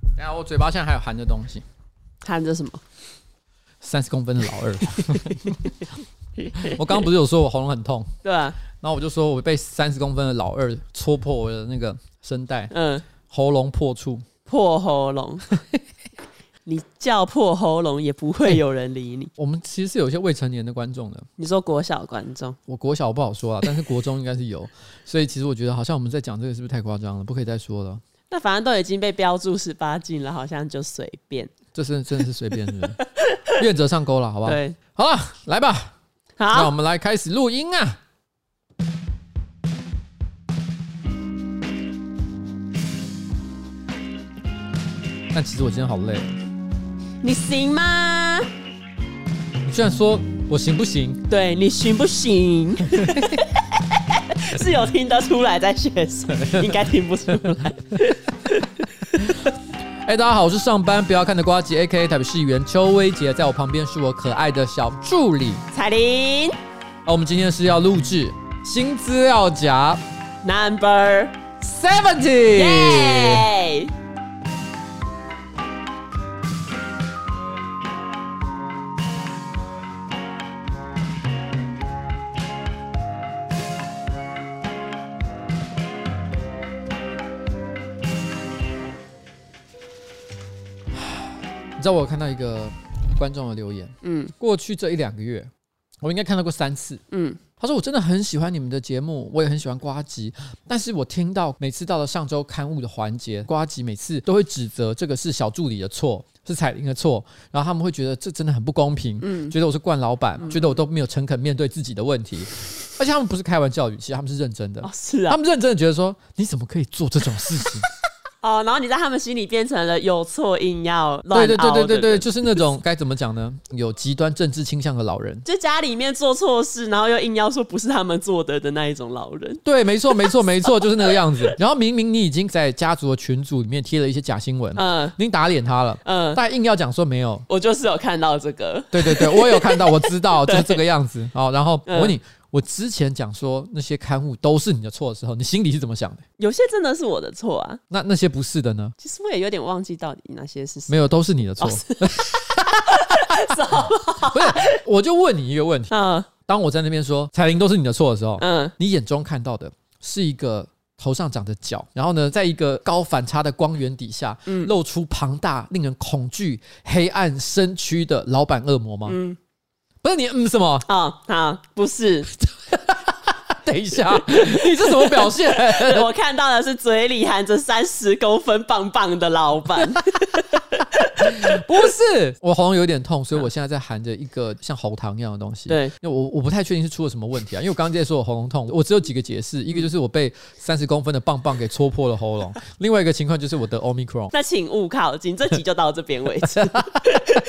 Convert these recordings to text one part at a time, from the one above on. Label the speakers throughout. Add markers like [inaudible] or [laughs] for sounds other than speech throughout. Speaker 1: 等一下我嘴巴现在还有含着东西，
Speaker 2: 含着什么？
Speaker 1: 三十公分的老二。 [laughs] 我刚刚不是有说我喉咙很痛，
Speaker 2: 对啊，
Speaker 1: 然后我就说我被三十公分的老二戳破我的那个声带，
Speaker 2: 嗯，
Speaker 1: 喉咙破处。
Speaker 2: 破喉 [laughs] 咙，你叫破喉咙也不会有人理你。
Speaker 1: 我们其实是有一些未成年的观众的，
Speaker 2: [laughs] 你说国小观众，
Speaker 1: 我国小不好说啊，但是国中应该是有， [laughs] 所以其实我觉得好像我们在讲这个是不是太夸张了，不可以再说了，
Speaker 2: 那反正都已经被标注十八禁了，好像就随便。
Speaker 1: 这是真的是随便是不是？愿者上钩了，好不好？
Speaker 2: 对，
Speaker 1: 好了，来吧，那我
Speaker 2: 好，
Speaker 1: 们来开始录音啊。但其实我今天好累，
Speaker 2: 你行吗？
Speaker 1: 你居然说我行不行？
Speaker 2: 对你行
Speaker 1: [laughs]
Speaker 2: 不行？是有听得出来在学什么，应该听不
Speaker 1: [laughs]
Speaker 2: 出来。
Speaker 1: 哎、大家好，我是上班不要看的瓜吉 A K A 台北市议员邱威杰，在我旁边是我可爱的小助理。
Speaker 2: 彩铃
Speaker 1: 啊，我们今天是要录制新资料夹
Speaker 2: number
Speaker 1: seventy。
Speaker 2: 耶！
Speaker 1: 你知道我有看到一个观众的留言，
Speaker 2: 嗯
Speaker 1: 过去这一两个月，我应该看到过三次。
Speaker 2: 嗯，
Speaker 1: 他说：“我真的很喜欢你们的节目，我也很喜欢瓜吉，但是我听到每次到了上周刊物的环节，瓜吉每次都会指责这个是小助理的错，是彩铃的错，然后他们会觉得这真的很不公平，
Speaker 2: 嗯
Speaker 1: 觉得我是惯老板，觉得我都没有诚恳面对自己的问题，而且他们不是开玩笑语气，他们是认真的，
Speaker 2: 哦是啊
Speaker 1: 他，们认真的觉得说你怎么可以做这种事情？
Speaker 2: 哦，然后你在他们心里变成了有错硬要乱
Speaker 1: 对对对
Speaker 2: 凹
Speaker 1: 对对
Speaker 2: 的
Speaker 1: 对，
Speaker 2: 人
Speaker 1: 就是那
Speaker 2: [laughs]
Speaker 1: 种该怎么讲呢？有极端政治倾向的老人。”
Speaker 2: 就家里面做错事，然后又硬要说不是他们做的的那一种老人。
Speaker 1: 对，没错，没错，没
Speaker 2: [laughs]
Speaker 1: 错，就是那个样子。然后明明你已经在家族的群组里面贴了一些假新闻，
Speaker 2: 嗯
Speaker 1: 已经打脸他了，
Speaker 2: 嗯，
Speaker 1: 但硬要讲说没有。
Speaker 2: 我就是有看到这个，
Speaker 1: 对对对，我有看到，我知
Speaker 2: [laughs]
Speaker 1: 道就是这个样子。好，然后
Speaker 2: 嗯
Speaker 1: 我问你，我之前讲说那些刊物都是你的错的时候，你心里是怎么想的？
Speaker 2: 有些真的是我的错啊。
Speaker 1: 那那些不是的呢？
Speaker 2: 其实我也有点忘记到底哪哦些是 [laughs] 什么。
Speaker 1: 没有，都是你的 [laughs] 错。不是，我就问你一个问题：
Speaker 2: 嗯
Speaker 1: 当我在那边说彩铃都是你的错的时候，
Speaker 2: 嗯，
Speaker 1: 你眼中看到的是一个头上长着角，然后呢，在一个高反差的光源底下，露出庞大、令人恐惧、黑暗身躯的老板恶魔吗？
Speaker 2: 嗯
Speaker 1: 不是你嗯什么？
Speaker 2: 哦，好，
Speaker 1: [laughs]
Speaker 2: 不是，
Speaker 1: 等一下，你这什么表现？
Speaker 2: 我看到的是嘴里含着三十公分棒棒的老
Speaker 1: [laughs]
Speaker 2: 板。
Speaker 1: 不是，我喉咙有点痛，所以我现在在含着一个像喉糖一样的东西。
Speaker 2: 对，
Speaker 1: 因为我我不太确定是出了什么问题啊，因为我刚刚在说我喉咙痛，我只有几个解释，一个就是我被三十公分的棒棒给戳破了喉咙，另外一个情况就是我得 omicron。
Speaker 2: 那请勿靠近，这集就到这边为
Speaker 1: [laughs]
Speaker 2: 止，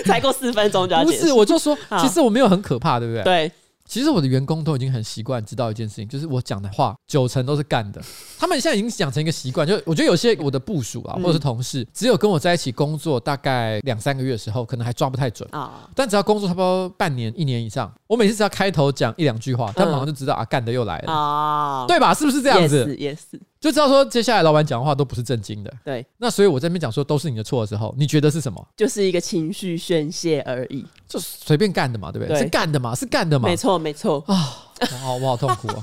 Speaker 2: 才过四分钟就要
Speaker 1: 不
Speaker 2: 结
Speaker 1: 是，
Speaker 2: 束。
Speaker 1: 我就
Speaker 2: [laughs]
Speaker 1: 说，
Speaker 2: 好
Speaker 1: 其实我没有很可怕，对不对？
Speaker 2: 啊对，
Speaker 1: 其实我的员工都已经很习惯知道一件事情，就是我讲的话九成都是干的。 [laughs] 他们现在已经养成一个习惯，就我觉得有些我的部署
Speaker 2: 嗯
Speaker 1: 啊，或者是同事，只有跟我在一起工作大概两三个月的时候，可能还抓不太准。
Speaker 2: 啊、
Speaker 1: 但只要工作差不多半年、一年以上，我每次只要开头讲一两句话，他们
Speaker 2: 嗯
Speaker 1: 马上就知道啊，干的又来了，
Speaker 2: 啊，
Speaker 1: 对吧？是不是这
Speaker 2: 这
Speaker 1: 样子？
Speaker 2: 也是，
Speaker 1: 就知道说接下来老板讲话都不是正经的。
Speaker 2: 对，
Speaker 1: 那所以我在那边讲说都是你的错的时候，你觉得是什么？
Speaker 2: 就是一个情绪宣泄而已。
Speaker 1: 就随便干的嘛，对不对？
Speaker 2: 对
Speaker 1: 是干的嘛，是干的嘛
Speaker 2: 没。错，没错。
Speaker 1: 啊我 [laughs] 好，我好痛苦啊！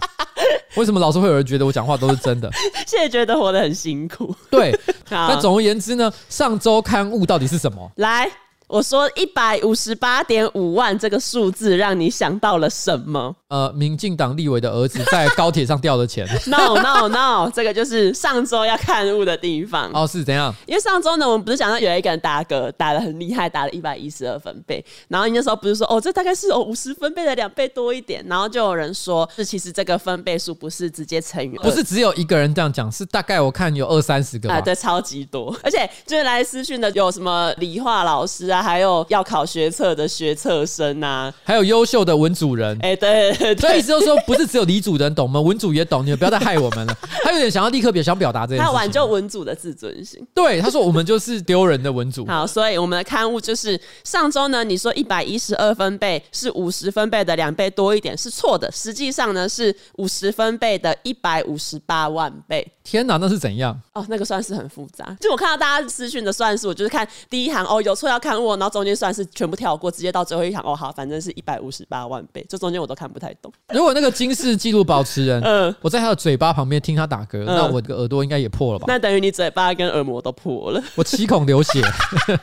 Speaker 1: 为什么老是会有人觉得我讲话都是真的？ [laughs]
Speaker 2: 现在觉得活得很辛苦。
Speaker 1: 对，
Speaker 2: 好
Speaker 1: 那，总而言之呢，上周刊物到底是什么？
Speaker 2: 来，我说一百五十八点五万这个数字，让你想到了什么
Speaker 1: 呃，民进党立委的儿子在高铁上掉的
Speaker 2: [laughs]
Speaker 1: 钱， [laughs]
Speaker 2: ？No No No，这个就是上周要看物的地方。
Speaker 1: 哦，是怎样？
Speaker 2: 因为上周呢，我们不是讲到有一个人打嗝打的很厉害，打了一百一十二分贝，然后你那时候不是说哦，这大概是哦五十分贝的两倍多一点，然后就有人说，是其实这个分贝数不是直接乘以二，
Speaker 1: 不是只有一个人这样讲，是大概我看有二三十个吧。
Speaker 2: [laughs] 啊，对，超级多，而且就是来私讯的有什么理化老师啊、啊，还有要考学测的学测生啊，
Speaker 1: 还有优秀的文主人。
Speaker 2: 哎、对对
Speaker 1: 所以
Speaker 2: 对
Speaker 1: 意思就是说，不是只有李主人懂，我们文主也懂，你们不要再害我
Speaker 2: [laughs]
Speaker 1: 们了。他有点想要立刻表想表达这件事
Speaker 2: 他
Speaker 1: 情。
Speaker 2: 挽救文组的自尊心。
Speaker 1: 对，他说我们就是丢人的文主。
Speaker 2: 好，所以我们的刊物就是上周呢，你说一百一十二分贝是五十分贝的两倍多一点是错的，实际上呢是五十分贝的一百五十八万倍。
Speaker 1: 天哪，那是怎样？
Speaker 2: 哦，那个算式很复杂。就我看到大家私讯的算式，我就是看第一行哦，有错要看我，然后中间算式全部跳过，直接到最后一行哦，好，反正是一百五十八万倍，这中间我都看不太懂。
Speaker 1: 如果那个金氏纪录保持人，
Speaker 2: 嗯
Speaker 1: 我在他的嘴巴旁边听他打嗝，那我的耳朵应该也破了吧？
Speaker 2: 那等于你嘴巴跟耳膜都破了，
Speaker 1: 我七孔流血。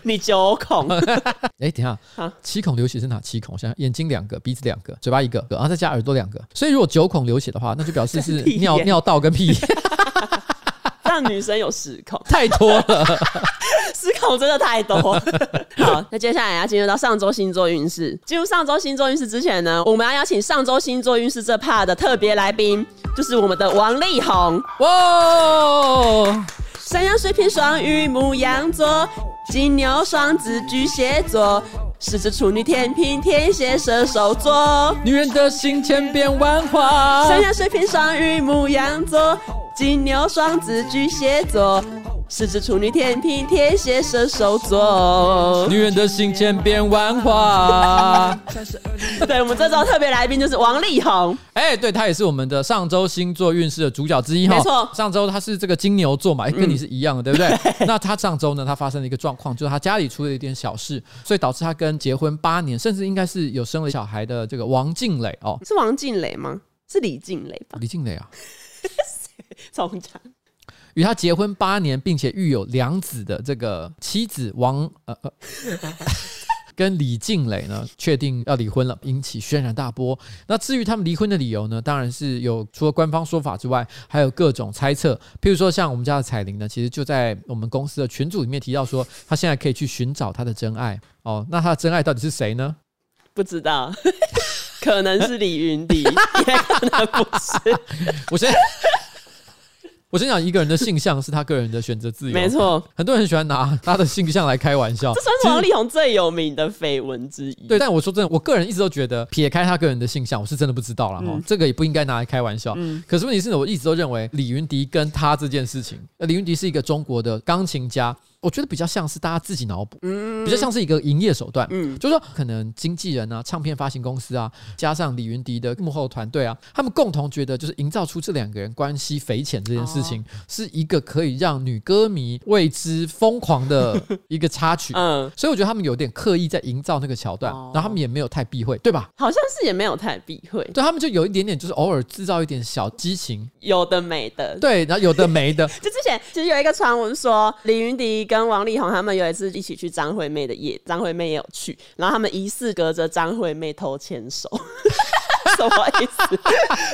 Speaker 2: 你九孔。 [laughs]
Speaker 1: 哎，等一下
Speaker 2: 好，
Speaker 1: 七孔流血是哪七孔？我想想眼睛两个，鼻子两个，嘴巴一个，然后再加耳朵两个。所以如果九孔流血的话，那就表示是
Speaker 2: 屁眼
Speaker 1: 尿 [laughs] 尿道跟屁眼
Speaker 2: 让女生有十孔，
Speaker 1: 太多了。
Speaker 2: 十孔真的太多。 [laughs] 好，那接下来啊要进入到上周星座运势。进入上周星座运势之前呢，我们要邀请上周星座运势这 part 的特别来宾，就是我们的王力宏。
Speaker 1: 哇！
Speaker 2: 山羊、水瓶、双鱼、母羊座、金牛、双子、巨蟹座、狮子、处女、天平、天蝎、射手座。
Speaker 1: 女人的心千变万化。
Speaker 2: 山羊、水瓶、双鱼、母羊座、金牛、双子、巨蟹座、狮子、处女、天平、天蝎、射
Speaker 1: [laughs]
Speaker 2: 手座。
Speaker 1: 女人的心千变万化。
Speaker 2: 对，我们这周特别来宾就是王力宏，
Speaker 1: 哎、对，他也是我们的上周星座运势的主角之一哈。
Speaker 2: 没错嗯
Speaker 1: 上周他是这个金牛座嘛，哎、跟你是一样的，对不
Speaker 2: [laughs]
Speaker 1: 对？那他上周呢，他发生了一个状况，就是他家里出了一点小事，所以导致他跟结婚八年，甚至应该是有生了小孩的这个王静蕾哦，
Speaker 2: 是王静蕾吗？是李静蕾吧？
Speaker 1: 李静蕾啊，
Speaker 2: 重讲。
Speaker 1: 与他结婚八年，并且育有两子的这个妻子王呃呃。 [laughs] 跟李静蕾呢，确定要离婚了，引起轩然大波。那至于他们离婚的理由呢，当然是有除了官方说法之外，还有各种猜测。譬如说，像我们家的彩玲呢，其实就在我们公司的群组里面提到说，她现在可以去寻找她的真爱哦。那她的真爱到底是谁呢？
Speaker 2: 不知道， [laughs] 可能是李云迪，也可能不是。
Speaker 1: 我先， [laughs] 我先讲一个人的性向是他个人的选择自由，
Speaker 2: 没错，
Speaker 1: 很多人喜欢拿他的性向来开玩笑，
Speaker 2: 这算是王力宏最有名的绯闻之一。
Speaker 1: 对，但我说真的，我个人一直都觉得，撇开他个人的性向，我是真的不知道了哈、这个也不应该拿来开玩笑。可是问题是呢，我一直都认为李云迪跟他这件事情，呃李云迪是一个中国的钢琴家。我觉得比较像是大家自己脑补，比较像是一个营业手段，就是说可能经纪人啊、唱片发行公司啊，加上李云迪的幕后团队啊，他们共同觉得就是营造出这两个人关系匪浅这件事情，是一个可以让女歌迷为之疯狂的一个插曲。
Speaker 2: 嗯，
Speaker 1: 所以我觉得他们有点刻意在营造那个桥段，
Speaker 2: 哦
Speaker 1: 然后他们也没有太避讳，对吧？
Speaker 2: 好像是也没有太避讳，
Speaker 1: 对他们就有一点点，就是偶尔制造一点小激情，
Speaker 2: 有的没的。
Speaker 1: 对，然后有的没
Speaker 2: [laughs]
Speaker 1: 的，
Speaker 2: 就之前其实有一个传闻说，李云迪跟王力宏他们有一次一起去张惠妹的夜，张惠妹也有去，然后他们疑似隔着张惠妹偷牵手， [laughs] 什么
Speaker 1: [laughs]
Speaker 2: 意思？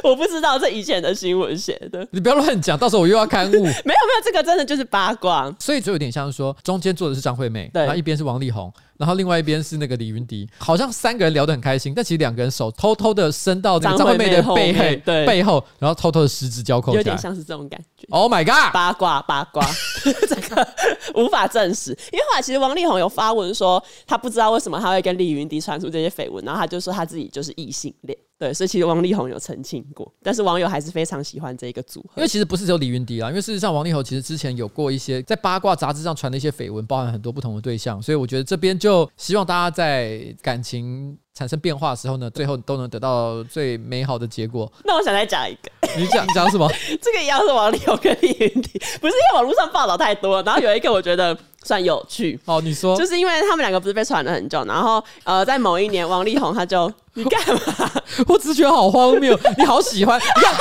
Speaker 2: 我不知道，这以前的新闻写的。
Speaker 1: 你不要乱讲，到时候我又要刊物。
Speaker 2: 没有没有，这个真的就是八卦。
Speaker 1: 所以就有点像是说，中间坐的是张惠妹，
Speaker 2: 对
Speaker 1: 然后一边是王力宏，然后另外一边是那个李云迪，好像三个人聊得很开心，但其实两个人手偷偷的伸到那个张
Speaker 2: 张
Speaker 1: 惠
Speaker 2: 惠
Speaker 1: 妹
Speaker 2: 妹
Speaker 1: 的
Speaker 2: 后
Speaker 1: 背
Speaker 2: 面
Speaker 1: 后，
Speaker 2: 对
Speaker 1: 背后，然后偷偷的十指交扣
Speaker 2: 有
Speaker 1: 起来
Speaker 2: 点。像是这种感觉。
Speaker 1: Oh my god！
Speaker 2: 八卦八卦，这个无法证实，因为后来其实王力宏有发文说，他不知道为什么他会跟李云迪传出这些绯闻，然后他就说他自己就是异性恋，对，所以其实王力宏有澄清过，但是网友还是非常喜欢这一个组
Speaker 1: 因
Speaker 2: 合
Speaker 1: 为，其实不是只有李云迪啦，啊因为事实上王力宏其实之前有过一些在八卦杂志上传的一些绯闻，包含很多不同的对象，所以我觉得这边就希望大家在感情产生变化的时候呢，最后都能得到最美好的结果。
Speaker 2: 那我想再讲一个，
Speaker 1: 你讲你讲什么？
Speaker 2: 这个一样是王力宏跟李云迪，不是因为网络上报道太多，然后有一个我觉得算有趣。
Speaker 1: 哦，你说
Speaker 2: 就是因为他们两个不是被传了很久，然后呃，在某一年，王力宏他就你干嘛？
Speaker 1: 我只是觉得好荒谬，你好喜欢，你看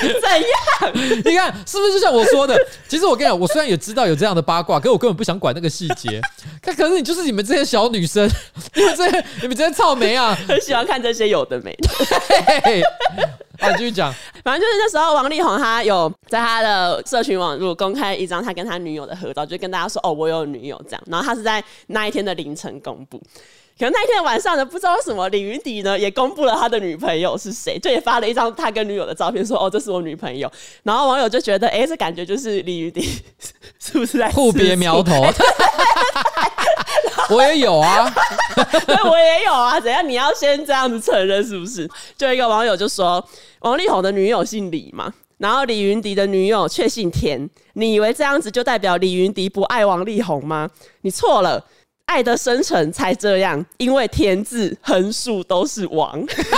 Speaker 2: 怎样？
Speaker 1: 你看是不是就像我说的？其实我跟你讲，我虽然也知道有这样的八卦，可我根本不想管那个细节。可可是你就是你们这些小女生，你们这些你们这些草莓啊！
Speaker 2: 很喜欢看这些有的没的。
Speaker 1: 嘿嘿啊，你继续讲。
Speaker 2: 反正就是那时候，王力宏他有在他的社群网络公开一张他跟他女友的合照，就跟大家说：“哦，我有女友。”这样，然后他是在那一天的凌晨公布。可能那一天晚上呢，不知道为什么李云迪呢也公布了他的女朋友是谁，就也发了一张他跟女友的照片，说：“哦，这是我女朋友。”然后网友就觉得：“哎、这感 [laughs] 觉就是李云迪是不是在
Speaker 1: 互别
Speaker 2: 吃醋
Speaker 1: 苗头， [laughs] 我也有啊，
Speaker 2: [laughs] 对，我也有啊。怎样？你要先这样子承认是不是？就一个网友就说，王力宏的女友姓李嘛，然后李云迪的女友却姓田。你以为这样子就代表李云迪不爱王力宏吗？你错了。爱的生成才这样，因为田字横竖都是王， [laughs] 就是很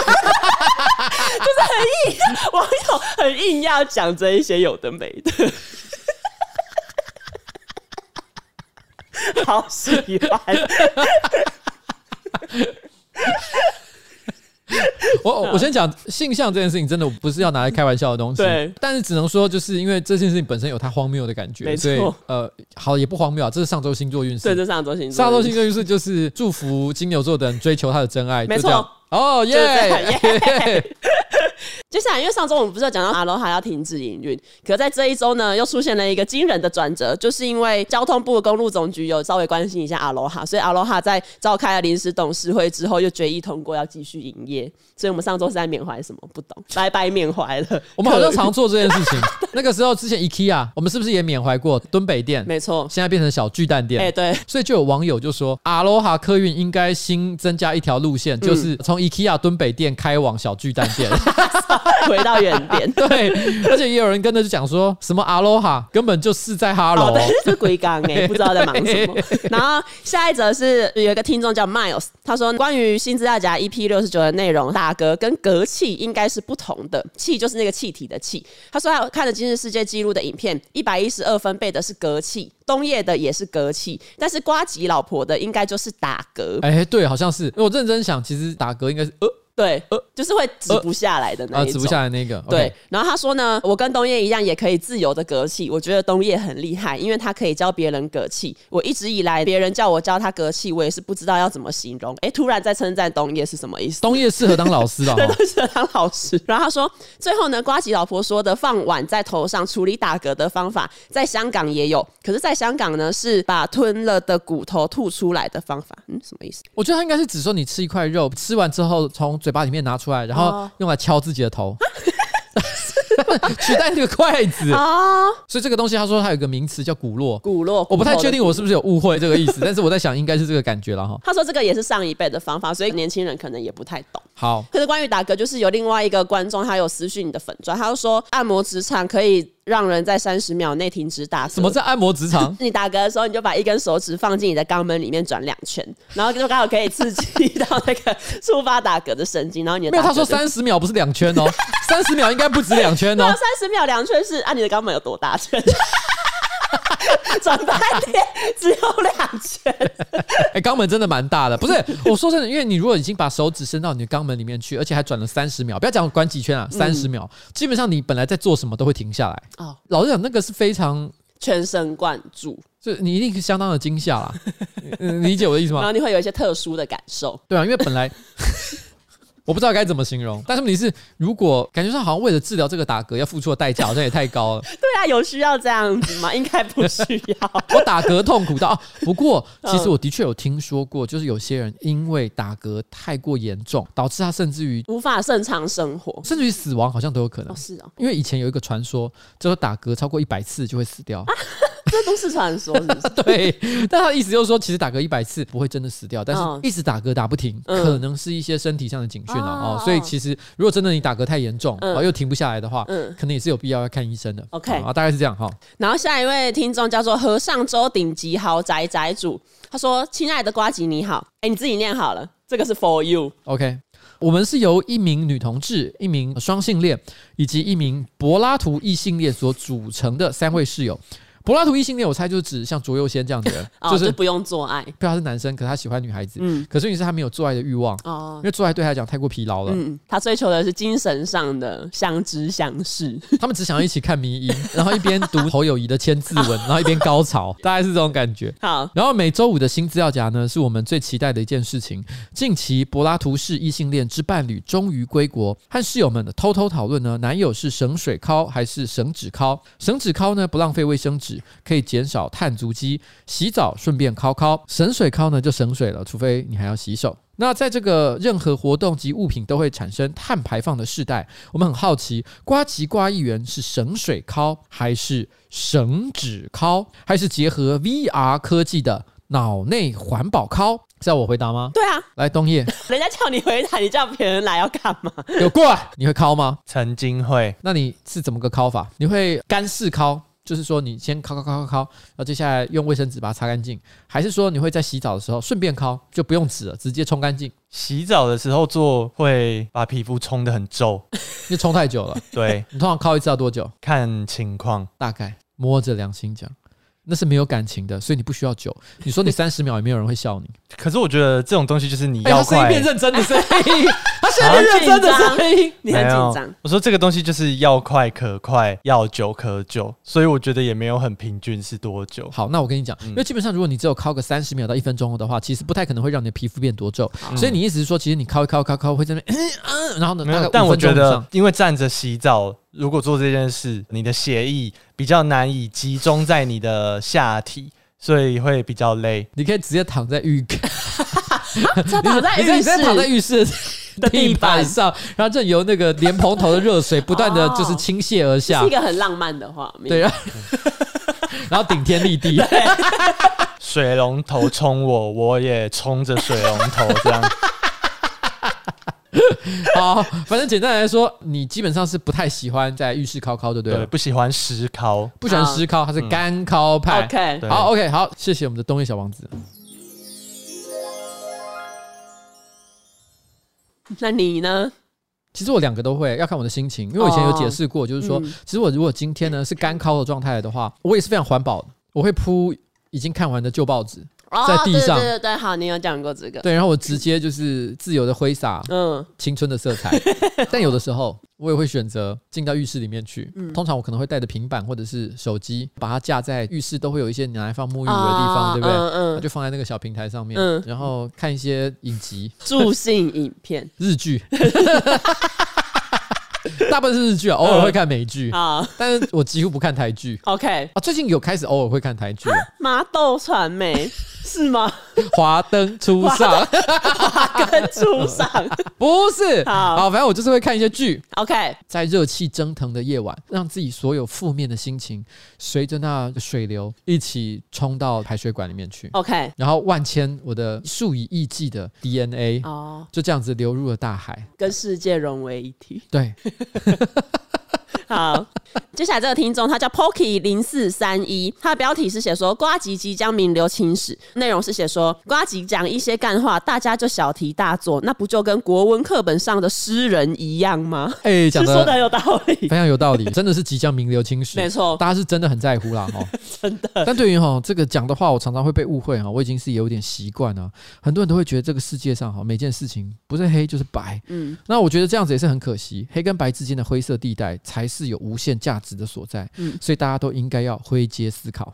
Speaker 2: 硬，网友很硬要讲这一些有的没的， [laughs] 好喜 [laughs] 欢。嗯
Speaker 1: 我我先讲性向这件事情，真的不是要拿来开玩笑的东西。
Speaker 2: 对
Speaker 1: 但是只能说，就是因为这件事情本身有它荒谬的感觉，
Speaker 2: 没
Speaker 1: 所
Speaker 2: 错
Speaker 1: 以呃，好也不荒谬啊，这是上周星座运势。
Speaker 2: 对，这上周星座，
Speaker 1: 上周星座运势就是祝福金牛座的人追求他的真爱，
Speaker 2: 没
Speaker 1: 就
Speaker 2: 错
Speaker 1: 这样。哦
Speaker 2: 就是这样
Speaker 1: [laughs] 耶！
Speaker 2: 接下来，因为上周我们不是有讲到阿罗哈要停止营运，可在这一周呢，又出现了一个惊人的转折，就是因为交通部公路总局有稍微关心一下阿罗哈，所以阿罗哈在召开了临时董事会之后，又决议通过要继续营业。所以我们上周是在缅怀什么？不懂，白白缅怀了。
Speaker 1: 我们好像常做这件
Speaker 2: [laughs]
Speaker 1: 事情。那个时候之前 IKEA，我们是不是也缅怀过敦北店？
Speaker 2: 没错，
Speaker 1: 现在变成小巨蛋店。
Speaker 2: 哎、对，
Speaker 1: 所以就有网友就说，阿罗哈客运应该新增加一条路
Speaker 2: 嗯
Speaker 1: 线，就是从 IKEA 敦北店开往小巨蛋店。。
Speaker 2: 回到原点
Speaker 1: 对，而且也有人跟着就讲说什么阿罗哈根本就是在哈
Speaker 2: 哦，
Speaker 1: 喽、
Speaker 2: 对，是鬼刚哎，不知道在忙什么。然后下一则是有一个听众叫 Miles，他说关于新资料夹 EP E 六十九的内容，打嗝跟嗝气应该是不同的，气就是那个气体的气。他说他看了今日世界纪录的影片，一百一十二分贝的是嗝气，冬叶的也是嗝气，但是瓜吉老婆的应该就是打嗝，
Speaker 1: [laughs] 哎、对，好像是。因为我认真想，其实打嗝应该是呃
Speaker 2: 对，就是会止不下来的那
Speaker 1: 啊
Speaker 2: 一
Speaker 1: 止
Speaker 2: 种。
Speaker 1: 不下来那个。
Speaker 2: 对
Speaker 1: OK，
Speaker 2: 然后他说呢，我跟冬叶一样，也可以自由的嗝气。我觉得冬叶很厉害，因为他可以教别人嗝气。我一直以来，别人叫我教他嗝气，我也是不知道要怎么形容。诶，突然在称赞冬叶是什么意 [laughs] 思？
Speaker 1: 冬叶适合当老
Speaker 2: [laughs]
Speaker 1: 师啊。
Speaker 2: 对，
Speaker 1: 哦
Speaker 2: 都是当老师。然后他说，最后呢，瓜吉老婆说的放碗在头上处理打嗝的方法，在香港也有，可是，在香港呢是把吞了的骨头吐出来的方法。嗯，什么意思？
Speaker 1: 我觉得他应该是只说你吃一块肉，吃完之后从嘴巴里面拿出来，然后
Speaker 2: 哦
Speaker 1: 用来敲自己的
Speaker 2: [laughs]
Speaker 1: 头。取代那个筷子，
Speaker 2: 啊，
Speaker 1: 所以这个东西他说它有个名词叫骨络，
Speaker 2: 骨落，
Speaker 1: 我不太
Speaker 2: 骨头的
Speaker 1: 确定我是不是有误会这个意思，但是我在想应该是这个感觉了哈。
Speaker 2: 他说这个也是上一辈的方法，所以年轻人可能也不太懂。
Speaker 1: 好，
Speaker 2: 可是关于打嗝，就是有另外一个观众，他有私讯你的粉砖，他就说按摩职场可以让人在三十秒内停止打嗝。
Speaker 1: 什么啊叫按摩直肠？
Speaker 2: 你打嗝的时候，你就把一根手指放进你的肛门里面转两圈，然后就刚好可以刺激到那个触发打嗝的神经，然后你
Speaker 1: [laughs]
Speaker 2: 的
Speaker 1: 没有，
Speaker 2: 打嗝
Speaker 1: 他说
Speaker 2: 就
Speaker 1: 三十秒不是两圈哦， [laughs] 三十秒应该不止两圈
Speaker 2: 没
Speaker 1: [laughs]
Speaker 2: 有
Speaker 1: 哦
Speaker 2: 三。十秒两圈是按、你的肛门有多大圈， [laughs] 转半天只有两圈，
Speaker 1: 哎、肛门真的蛮大的，不是？我说真的，因为你如果已经把手指伸到你的肛门里面去，而且还转了三十秒，不要讲关几圈啊，三十秒，基本上你本来在做什么都会停下来。
Speaker 2: 哦，
Speaker 1: 老实讲，那个是非常，
Speaker 2: 全神贯注，
Speaker 1: 就你一定是相当的惊吓 [laughs] 啦，嗯理解我的意思
Speaker 2: 然
Speaker 1: 吗？
Speaker 2: 后你会有一些特殊的感受。
Speaker 1: 对啊，因为本 [laughs] 来我不知道该怎么形容，但是问题是，如果感觉上好像为了治疗这个打嗝要付出的代价好像也太高了，
Speaker 2: 对啊，有需要这样子吗？应该不需要。
Speaker 1: 我打嗝痛苦到、啊。不过，其实我的确有听说过，就是有些人因为打嗝太过严重，导致他甚至于
Speaker 2: 无法正常生活。
Speaker 1: [laughs] 甚至于死亡好像都有可能
Speaker 2: 哦，。是哦，
Speaker 1: 因为以前有一个传说，就是打嗝超过一百次就会死掉。
Speaker 2: 这都市传说是不
Speaker 1: [laughs]
Speaker 2: 是？
Speaker 1: 对，但他的意思就是说，其实打嗝一百次不会真的死掉，但是
Speaker 2: 嗯
Speaker 1: 一直打嗝打不停，
Speaker 2: 嗯
Speaker 1: 可能是一些身体上的警讯啊。
Speaker 2: 哦
Speaker 1: 哦，所以其实如果真的你打嗝太严重，
Speaker 2: 嗯
Speaker 1: 啊又停不下来的话，
Speaker 2: 嗯
Speaker 1: 可能也是有必要要看医生的。
Speaker 2: OK
Speaker 1: 啊，大概是这样哈。
Speaker 2: 然后下一位听众叫做和尚州顶级豪宅宅主，他说：“亲爱的瓜吉你好，哎，你自己念好了，这个是 for you。，
Speaker 1: OK，我们是由一名女同志、一名双性恋以及一名柏拉图异性恋所组成的三位室友。柏拉图异性恋，我猜就是指像卓佑先这样的人
Speaker 2: [laughs] 哦，
Speaker 1: 就
Speaker 2: 就是不用做爱
Speaker 1: 不知道他是男生，可是他喜欢女孩子，
Speaker 2: 嗯
Speaker 1: 可是你是他没有做爱的欲望，
Speaker 2: 哦
Speaker 1: 因。为做爱对他来讲太过疲劳了。
Speaker 2: 嗯，他追求的是精神上的相知相识， [laughs]
Speaker 1: 他们只想要一起看迷音，然后一边读侯友谊的千字文，然后一边高潮，大概是这种感觉。
Speaker 2: 好，
Speaker 1: 然后每周五的新资料夹呢，是我们最期待的一件事情。近期柏拉图式异性恋之伴侣终于归国，和室友们偷偷讨论呢，男友是省水铐还是省纸铐？省纸铐呢不浪费卫生纸，可以减少碳足迹，洗澡顺便铐铐；省水铐呢就省水了，除非你还要洗手。那在这个任何活动及物品都会产生碳排放的世代，我们很好奇，瓜吉瓜议员是省水铐还是省纸铐，还是结合 VR 科技的脑内环保靠，是要我回答吗？
Speaker 2: 对啊，
Speaker 1: 来，冬叶，
Speaker 2: 人家叫你回答，你叫别人来要干
Speaker 1: [laughs]
Speaker 2: 嘛？
Speaker 1: 给我过来！你会敲吗？ [laughs]
Speaker 3: 曾经会
Speaker 1: 那你是怎么个敲法？你会干式敲，就是说你先敲敲敲敲敲，然后接下来用卫生纸把它擦干净，还是说你会在洗澡的时候顺便敲，就不用纸了，直接冲干净？
Speaker 3: 洗澡的时候做，会把皮肤冲得很
Speaker 2: [laughs]
Speaker 3: 皱。
Speaker 1: 因为冲太久了，
Speaker 3: 对，
Speaker 1: 你通常敲一次要多久？
Speaker 3: 看情况。
Speaker 1: 大概摸着良心讲，那是没有感情的，所以你不需要久。你说你三十秒，也没有人会笑你。
Speaker 3: 可是我觉得这种东西就是你
Speaker 1: 哎、
Speaker 3: 要
Speaker 1: 他声音
Speaker 3: 快。
Speaker 1: 变认真的声 [laughs] 音，他现在变啊认真的声音。
Speaker 2: [laughs] 你很
Speaker 3: 没
Speaker 2: 紧
Speaker 3: 有
Speaker 2: 张，
Speaker 3: 我说这个东西就是要快可快，要久可久，所以我觉得也没有很平均是多久。
Speaker 1: 好，那我跟你讲，因为基本上如果你只有敲个三十秒到一分钟的话，其实不太可能会让你的皮肤变多皱。所以你意思是说，其实你敲一敲敲敲会在那边，嗯嗯，然后呢，
Speaker 3: 没
Speaker 1: 大概
Speaker 3: 有，
Speaker 1: 五
Speaker 3: 但我
Speaker 1: 分钟
Speaker 3: 觉
Speaker 1: 以
Speaker 3: 得
Speaker 1: 上，
Speaker 3: 因为站着洗澡，如果做这件事，你的血液比较难以集中在你的下体，所以会比较累。
Speaker 1: 你可以直接躺在浴缸，
Speaker 2: 他躺在
Speaker 1: 你可以
Speaker 2: 浴
Speaker 1: 直接躺在
Speaker 2: 室，
Speaker 1: 浴室
Speaker 2: 的
Speaker 1: 地
Speaker 2: 地
Speaker 1: 板
Speaker 2: 板
Speaker 1: 上，然后就由那个莲蓬头的热水不断的
Speaker 2: 哦
Speaker 1: 就是倾泻而
Speaker 2: 这
Speaker 1: 下
Speaker 2: 是一，个很浪漫的画面。
Speaker 1: 啊对，然后 [laughs] 然后顶天立地。
Speaker 3: 水龙头冲我，我也冲着水龙头，这样
Speaker 1: [laughs] 好，反正简单来说，你基本上是不太喜欢在浴室敲敲，对不对？
Speaker 3: 对，不喜欢湿烤。
Speaker 1: 不喜欢湿敲，他是干敲派。
Speaker 2: OK
Speaker 3: 对
Speaker 1: 好，OK，好，谢谢我们的冬叶小王子。
Speaker 2: 那你呢？
Speaker 1: 其实我两个都会，要看我的心情，因为我以前有解释过，就是说，
Speaker 2: 嗯
Speaker 1: 其实我如果今天呢是干敲的状态的话，我也是非常环保的，我会铺已经看完的旧报纸，
Speaker 2: 哦
Speaker 1: 在地上
Speaker 2: 对对对对，好，你有讲过这个。
Speaker 1: 对，然后我直接就是自由的挥洒
Speaker 2: 嗯，
Speaker 1: 青春的色
Speaker 2: [laughs]
Speaker 1: 彩。但有的时候，我也会选择进到浴室里面去。
Speaker 2: 嗯
Speaker 1: 通常我可能会带着平板或者是手机，把它架在浴室，都会有一些拿来放沐浴乳的地方，
Speaker 2: 啊
Speaker 1: 对不对？它
Speaker 2: 嗯嗯，
Speaker 1: 就放在那个小平台上面，
Speaker 2: 嗯
Speaker 1: 然后看一些影集、
Speaker 2: 助兴影
Speaker 1: [laughs]
Speaker 2: 片
Speaker 1: 日
Speaker 2: [laughs]
Speaker 1: 剧，大部分是日剧啊，偶尔会看美剧，
Speaker 2: 嗯好
Speaker 1: 但是我几乎不看台剧
Speaker 2: OK，
Speaker 1: 啊。最近有开始偶尔会看台剧，啊《
Speaker 2: 麻豆传
Speaker 1: [laughs]
Speaker 2: 媒是吗？
Speaker 1: 华灯初上》
Speaker 2: 跟初上
Speaker 1: [laughs] 不是
Speaker 2: 好
Speaker 1: 反正我就是会看一些剧，
Speaker 2: OK，
Speaker 1: 在热气蒸腾的夜晚，让自己所有负面的心情随着那水流一起冲到排水管里面去，
Speaker 2: OK，
Speaker 1: 然后万千我的数以亿计的 DNA
Speaker 2: 哦，
Speaker 1: 就这样子流入了大海。
Speaker 2: 跟世界融为一
Speaker 1: [laughs]
Speaker 2: 体。 [laughs]
Speaker 1: 对，
Speaker 2: 好，接下来这个听众他叫 Pocky 零四三一，他的标题是写说瓜吉即将名留青史，内容是写说瓜吉讲一些干话，大家就小题大做，那不就跟国文课本上的诗人一样吗？
Speaker 1: 哎、讲
Speaker 2: 是说
Speaker 1: 的
Speaker 2: 的很有道理，
Speaker 1: 非常有道理，真的是即将名留青史。
Speaker 2: 没错
Speaker 1: 大家是真的很在乎
Speaker 2: [laughs]
Speaker 1: 啦，哈，
Speaker 2: 真的。
Speaker 1: 但对于哈这个讲的话，我常常会被误会哈，我已经是有点习惯了。很多人都会觉得这个世界上哈每件事情不是黑就是白，
Speaker 2: 嗯，
Speaker 1: 那我觉得这样子也是很可惜，黑跟白之间的灰色地带才是有无限价值的所在。
Speaker 2: 嗯
Speaker 1: 所以大家都应该要灰阶思考。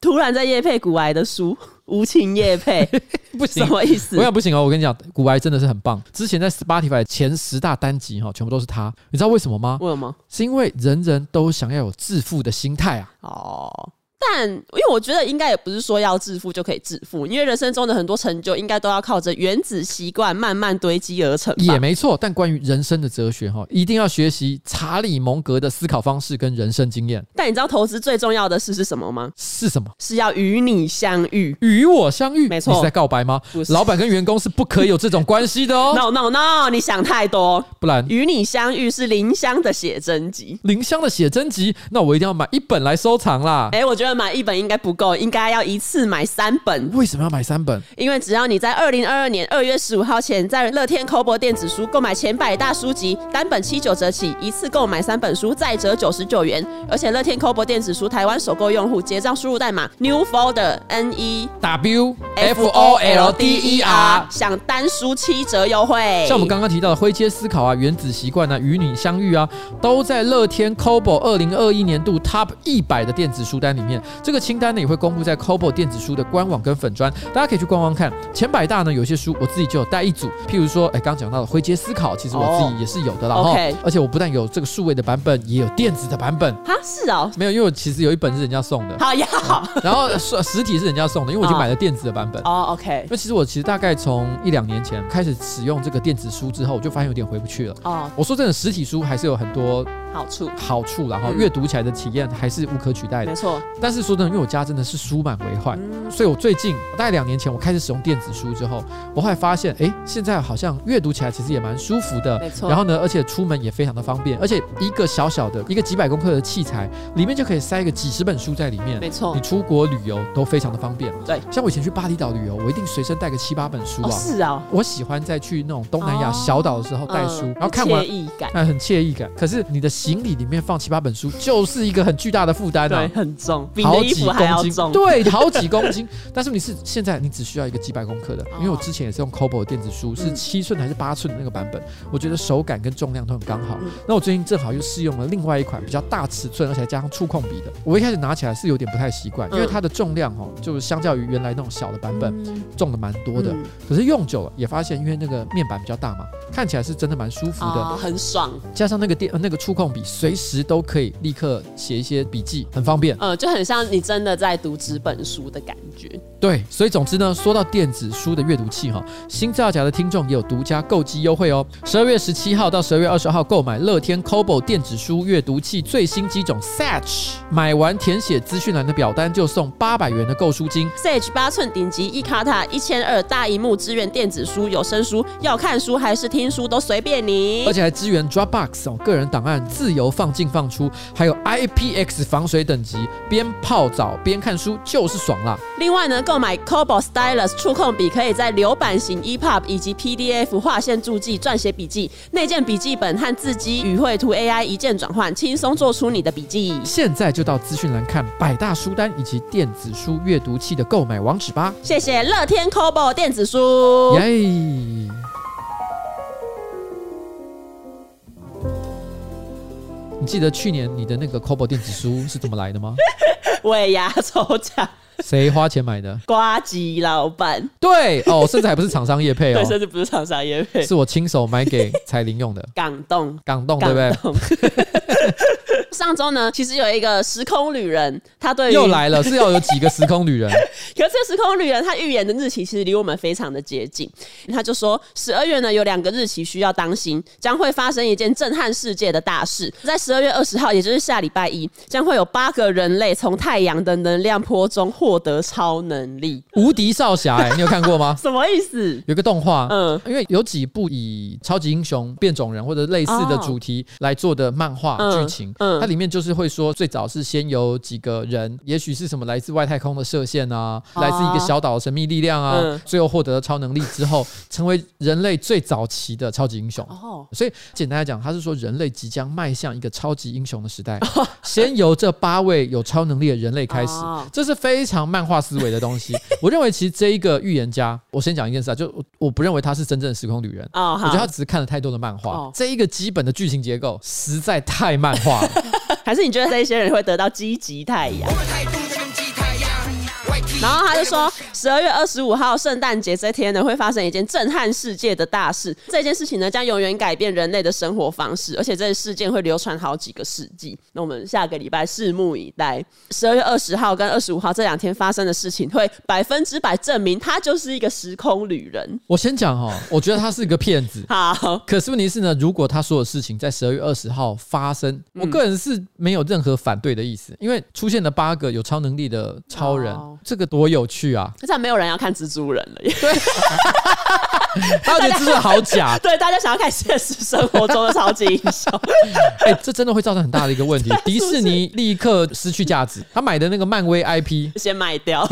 Speaker 2: 突然在叶配古癌的书， [laughs] 无情叶配，
Speaker 1: [laughs] 不
Speaker 2: 什么意思
Speaker 1: 我？想不行哦！我跟你讲，古埃真的是很棒。之前在 Spotify 前十大单集哈、全部都是他。你知道为什么吗？
Speaker 2: 为什么？
Speaker 1: 是因为人人都想要有致富的心态啊。
Speaker 2: 哦。但因为我觉得应该也不是说要致富就可以致富，因为人生中的很多成就应该都要靠着原子习惯慢慢堆积而成吧。
Speaker 1: 也没错，但关于人生的哲学哈、一定要学习查理蒙格的思考方式跟人生经验
Speaker 2: 但你知道投资最重要的事是什么吗？
Speaker 1: 是什么。
Speaker 2: 是要与你相遇。
Speaker 1: 与我相遇，
Speaker 2: 没错
Speaker 1: 你是在告白吗
Speaker 2: 不？是
Speaker 1: 老板跟员工是不可以有这种关系的哦，
Speaker 2: No no no，你想太多。
Speaker 1: 不然
Speaker 2: 与你相遇是林香的写真集。
Speaker 1: 林香的写真集，那我一定要买一本来收藏啦。
Speaker 2: 哎、我觉得买一本应该不够，应该要一次买三本，
Speaker 1: 为什么要买三本？
Speaker 2: 因为只要你在二零二二年二月十五号前在乐天口博电子书购买前百大书籍，单本七九折起，一次购买三本书再折九十九元。而且乐天口博电子书台湾首购用户结账输入代码 new folder n e
Speaker 1: W F O L D E R。
Speaker 2: 享单书七折优惠。
Speaker 1: 像我们刚刚提到的灰阶思考啊、原子习惯啊、与你相遇啊，都在乐天 Kobo 二零二一年度 Top 一百的电子书单里面。这个清单呢也会公布在 Kobo 电子书的官网跟粉砖，大家可以去逛逛看。前百大呢有些书我自己就有带一组，譬如说，哎，刚讲到的灰阶思考，其实我自己也是有的啦。
Speaker 2: 哦
Speaker 1: 哈
Speaker 2: OK
Speaker 1: 而且我不但有这个数位的版本，也有电子的版本。
Speaker 2: 哈是哦，
Speaker 1: 没有，因为我其实有一本是人家送
Speaker 2: [laughs]
Speaker 1: 的，
Speaker 2: 好呀，好
Speaker 1: 然后实实体是人家送的，因为我已经买了电子的版本。
Speaker 2: 哦，OK，
Speaker 1: 因为其实我其实大概从一两年前开始使用这个电子书之后，我就发现有点回不去了。
Speaker 2: 哦，
Speaker 1: 我说真的，实体书还是有很多
Speaker 2: 好处，
Speaker 1: 好处啦，然后
Speaker 2: 嗯
Speaker 1: 阅读起来的体验还是无可取代的
Speaker 2: 没。错，嗯
Speaker 1: 但但是说真的，因为我家真的是书满为患，所以我最近大概两年前我开始使用电子书之后，我后来发现，诶，现在好像阅读起来其实也蛮舒服的，
Speaker 2: 没错
Speaker 1: 呃然后呢，而且出门也非常的方便，而且一个小小的一个几百公克的器材，里面就可以塞个几十本书在里面。
Speaker 2: 没错
Speaker 1: 你，出国旅游都非常的方便。
Speaker 2: 对，
Speaker 1: 像我以前去巴厘岛旅游，我一定随身带个七八本书啊。
Speaker 2: 哦是啊，
Speaker 1: 我喜欢在去那种东南亚
Speaker 2: 哦
Speaker 1: 小岛的时候带书，
Speaker 2: 嗯
Speaker 1: 然后看完
Speaker 2: 惬。意感，
Speaker 1: 哎，很惬意感。可是你的行李里面放七八本书，就是一个很巨大的负担
Speaker 2: 对，
Speaker 1: 啊，
Speaker 2: 很重，比你
Speaker 1: 好
Speaker 2: 的衣
Speaker 1: 几
Speaker 2: 服还要
Speaker 1: 公斤，
Speaker 2: 重，
Speaker 1: 对，
Speaker 2: [laughs]
Speaker 1: 好几公斤。但是你是现在你只需要一个几百公克的，因为我之前也是用 Kobo 的电子书，是
Speaker 2: 哦嗯
Speaker 1: 七寸还是八寸的那个版本，我觉得手感跟重量都很刚好
Speaker 2: 嗯。
Speaker 1: 那我最近正好又试用了另外一款比较大尺寸，而且还加上触控笔的。我一开始拿起来是有点不太习惯，因为
Speaker 2: 嗯
Speaker 1: 它的重量哦，就是相较于原来那种小的版本
Speaker 2: 嗯
Speaker 1: 重的蛮多的。
Speaker 2: 嗯
Speaker 1: 可是用久了也发现，因为那个面板比较大嘛，看起来是真的蛮舒服的。
Speaker 2: 啊，很爽，
Speaker 1: 加上那个电呃那个触控笔，随时都可以立刻写一些笔记，很方便。
Speaker 2: 呃，就很像你真的在读纸本书的感觉。
Speaker 1: 对，所以总之呢，说到电子书的阅读器哈，新造假的听众也有独家购机优惠哦。十二月十七号到十二月二十号购买乐天 Kobo 电子书阅读器最新机种 Satch，买完填写资讯栏的表单就送八百元的购书金。
Speaker 2: Sage 八寸顶级 e 卡塔一千二大荧幕支援电子书、有声书，要看书还是听书都随便你
Speaker 1: 而。且还支援 Dropbox 哦，个人档案自由放进放出，还有 IPX 防水等级，边泡澡边看书就是爽啦！
Speaker 2: 另外呢，购买 Kobo Stylus 触控笔可以在流版型 EPUB 以及 PDF 划线注记、撰写笔记、内建笔记本和字迹与绘图 AI 一键转换，轻松做出你的笔记。
Speaker 1: 现在就到资讯栏看百大书单以及电子书阅读器的购买网址吧。
Speaker 2: 谢谢乐天 Kobo 电子书。
Speaker 1: 耶、你记得去年你的那个 Kobo 电子书是怎么来的
Speaker 2: [laughs]
Speaker 1: 吗？
Speaker 2: 尾牙抽奖，
Speaker 1: 谁花钱买的？
Speaker 2: 瓜吉老板，
Speaker 1: 对哦，甚至还不是厂商业配
Speaker 2: 对，
Speaker 1: 哦，
Speaker 2: 甚至不是厂商业配，
Speaker 1: 是我亲手买给彩玲用的，
Speaker 2: 感动
Speaker 1: 港动对
Speaker 2: 感
Speaker 1: 不对？ [laughs]
Speaker 2: 动。上周呢，其实有一个时空旅人，他对于
Speaker 1: 又，来了，是要有几个时空旅人？
Speaker 2: 可是这个时空旅人他预言的日期其实离我们非常的接近。他就说，十二月呢有两个日期需要当心，将会发生一件震撼世界的大事。在十二月二十号，也就是下礼拜一，将会有八个人类从太阳的能量波中获得超能力，
Speaker 1: 无敌少侠、哎，你有看过吗？
Speaker 2: 什么意思？
Speaker 1: 有一个动画，
Speaker 2: 嗯
Speaker 1: 因为有几部以超级英雄、变种人或者类似的主题来做的漫画
Speaker 2: 嗯
Speaker 1: 剧情，它
Speaker 2: 嗯
Speaker 1: 里面就是会说，最早是先有几个人，也许是什么来自外太空的射线啊，
Speaker 2: 哦
Speaker 1: 来自一个小岛的神秘力量啊，
Speaker 2: 嗯
Speaker 1: 最后获得了超能力之后，成为人类最早期的超级英雄。
Speaker 2: 哦，
Speaker 1: 所以简单来讲，他是说人类即将迈向一个超级英雄的时
Speaker 2: [laughs]
Speaker 1: 代，先由这八位有超能力的人类开始
Speaker 2: 哦，
Speaker 1: 这是非常漫画思维的
Speaker 2: [laughs]
Speaker 1: 东西。我认为其实这一个预言家，我先讲一件事啊，就我我不认为他是真正的时空旅人。
Speaker 2: 哦，
Speaker 1: 我觉得他
Speaker 2: 好，
Speaker 1: 只是看了太多的漫画
Speaker 2: 哦，
Speaker 1: 这一个基本的剧情结构实在太漫画了。
Speaker 2: 还是你觉得这些人会得到积极太阳？然
Speaker 4: 然
Speaker 2: 后
Speaker 4: 后
Speaker 2: 他
Speaker 4: 他
Speaker 2: 就
Speaker 4: 就
Speaker 2: [laughs]
Speaker 4: 说
Speaker 2: 说，十二月二十五号圣诞节这天呢，会发生一件震撼世界的大事。这件事情呢，将永远改变人类的生活方式，而且这事件会流传好几个世纪。那我们下个礼拜拭目以待。十二月二十号跟二十五号这两天发生的事情，会百分之百证明他就是一个时空旅人。
Speaker 1: 我先讲哦，我觉得他是个骗子。
Speaker 2: 好，
Speaker 1: 可是问题是呢，如果他所有事情在十二月二十号发生，
Speaker 2: 嗯
Speaker 1: 我个人是没有任何反对的意思，因为出现了八个有超能力的超人，
Speaker 2: 哦
Speaker 1: 这个多有趣
Speaker 2: [laughs]
Speaker 1: 啊！
Speaker 2: 现在没有人要看蜘蛛人了耶。，
Speaker 1: 他觉得这是好假
Speaker 2: 对，大家想要看现实生活中的超级英雄。 [laughs] 啊
Speaker 1: 哎、这真的会造成很大的一个问题，迪士尼立刻失去价值，他买的那个漫威
Speaker 2: [laughs]
Speaker 1: IP。
Speaker 2: 先卖掉，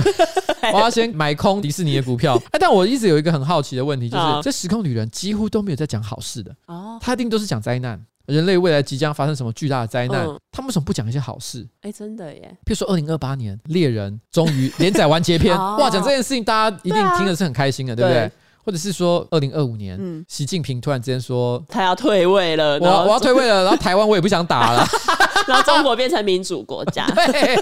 Speaker 1: 我要先买空迪士尼的股票，哎，但我一直有一个很好奇的问题，就是
Speaker 2: 好
Speaker 1: 这时空旅人几乎都没有在讲好事的，
Speaker 2: 哦，
Speaker 1: 他一定都是讲灾难，人类未来即将发生什么巨大的灾难
Speaker 2: 嗯，
Speaker 1: 他们为什么不讲一些好事？
Speaker 2: 哎、真的耶，
Speaker 1: 譬如说，二零二八年猎人终于连载完结篇，
Speaker 2: 哦
Speaker 1: 哇，讲这件事情大家一
Speaker 2: 对
Speaker 1: 定
Speaker 2: 啊
Speaker 1: 听的是很开心的，对不对
Speaker 2: 对？啊
Speaker 1: 或者是说，二零二五年，
Speaker 2: 嗯
Speaker 1: 习近平突然之间说，
Speaker 2: 他要退位
Speaker 1: 我
Speaker 2: 了，然后
Speaker 1: 我要退位了，然后台湾我也不想打
Speaker 2: [laughs]
Speaker 1: 了，
Speaker 2: 然后中国变成民主国 [laughs] 家，
Speaker 1: 对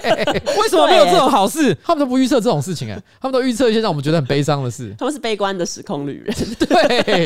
Speaker 1: 为什么没有这种好事？他们都不预测这种事情哎、他们都预测一些让我们觉得很悲伤的
Speaker 2: [laughs]
Speaker 1: 事，
Speaker 2: 他们是悲观的时空旅人。
Speaker 1: 对，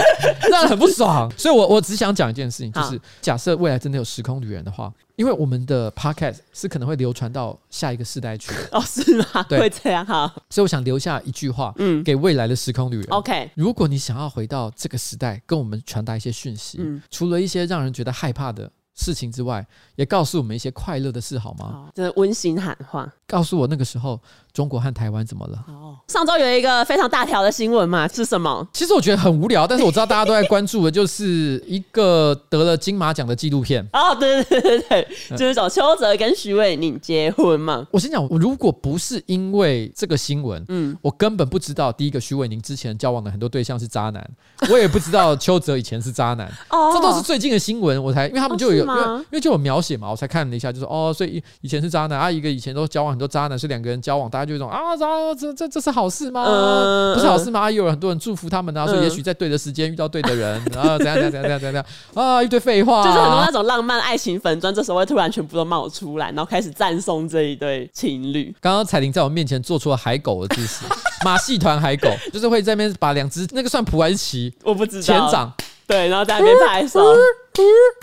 Speaker 1: 让人很不爽。所以我我只想讲一件事情，就
Speaker 2: 好
Speaker 1: 是假设未来真的有时空旅人的话，因为我们的 podcast 是可能会流传到下一个世代去的，
Speaker 2: 哦，是吗？
Speaker 1: 对
Speaker 2: 会这样哈。
Speaker 1: 所以我想留下一句话，
Speaker 2: 嗯
Speaker 1: 给未来的时空旅人。
Speaker 2: OK，
Speaker 1: 如果你想要回到这个时代，跟我们传达一些讯息，
Speaker 2: 嗯
Speaker 1: 除了一些让人觉得害怕的事情之外，也告诉我们一些快乐的事好吗？
Speaker 2: 哦，真的温馨喊话。
Speaker 1: 告诉我那个时候中国和台湾怎么了？
Speaker 2: 哦，上周有一个非常大条的新闻嘛，是什么？
Speaker 1: 其实我觉得很无聊，但是我知道大家都在关注的，就是一个得了金马奖的纪录片。
Speaker 2: 哦，对对对对
Speaker 1: 嗯
Speaker 2: 对，就是说邱泽跟徐伟宁结婚嘛。
Speaker 1: 我先讲，我如果不是因为这个新闻，
Speaker 2: 嗯，
Speaker 1: 我根本不知道第一个徐伟宁之前交往的很多对象是渣男，我也不知道邱泽以前是渣男，
Speaker 2: 哦，
Speaker 1: 这都是最近的新闻，我才因为他们
Speaker 2: 哦
Speaker 1: 就有、
Speaker 2: 是吗
Speaker 1: 因为因为就有描写嘛，我才看了一下，就说哦，所以以以前是渣男啊，一个以前都交往很多渣男，是两个人交往，大家就有一种啊，渣这这这是好事吗？
Speaker 2: 嗯
Speaker 1: 不是好事吗？啊也有很多人祝福他们啊，所以
Speaker 2: 嗯
Speaker 1: 也许在对的时间遇到对的人，然后 [laughs] 怎样怎样怎样怎样怎样啊，一堆废话，
Speaker 2: 就是很多那种浪漫爱情粉砖，这时候会突然全部都冒出来，然后开始赞颂这一对情侣。
Speaker 1: 刚刚彩玲在我面前做出了海狗的姿势， [laughs] 马戏团海狗，就是会在那边把两只那个算普还是鳍
Speaker 2: 我不知道
Speaker 1: 前
Speaker 2: [laughs]
Speaker 1: 掌，嗯
Speaker 2: 对，然后在那边拍手，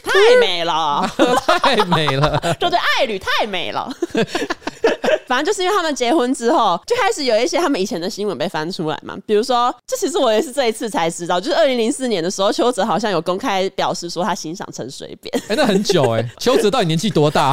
Speaker 2: 太美了，
Speaker 1: [laughs] 太美了。
Speaker 2: 这对爱侣太美了。 [laughs] 反正就是因为他们结婚之后，就开始有一些他们以前的新闻被翻出来嘛，比如说，这其实我也是这一次才知道，就是二零零四年的时候，邱泽好像有公开表示说他欣赏陈水扁。 [laughs]
Speaker 1: 哎、那很久哎、邱泽到底年纪多大？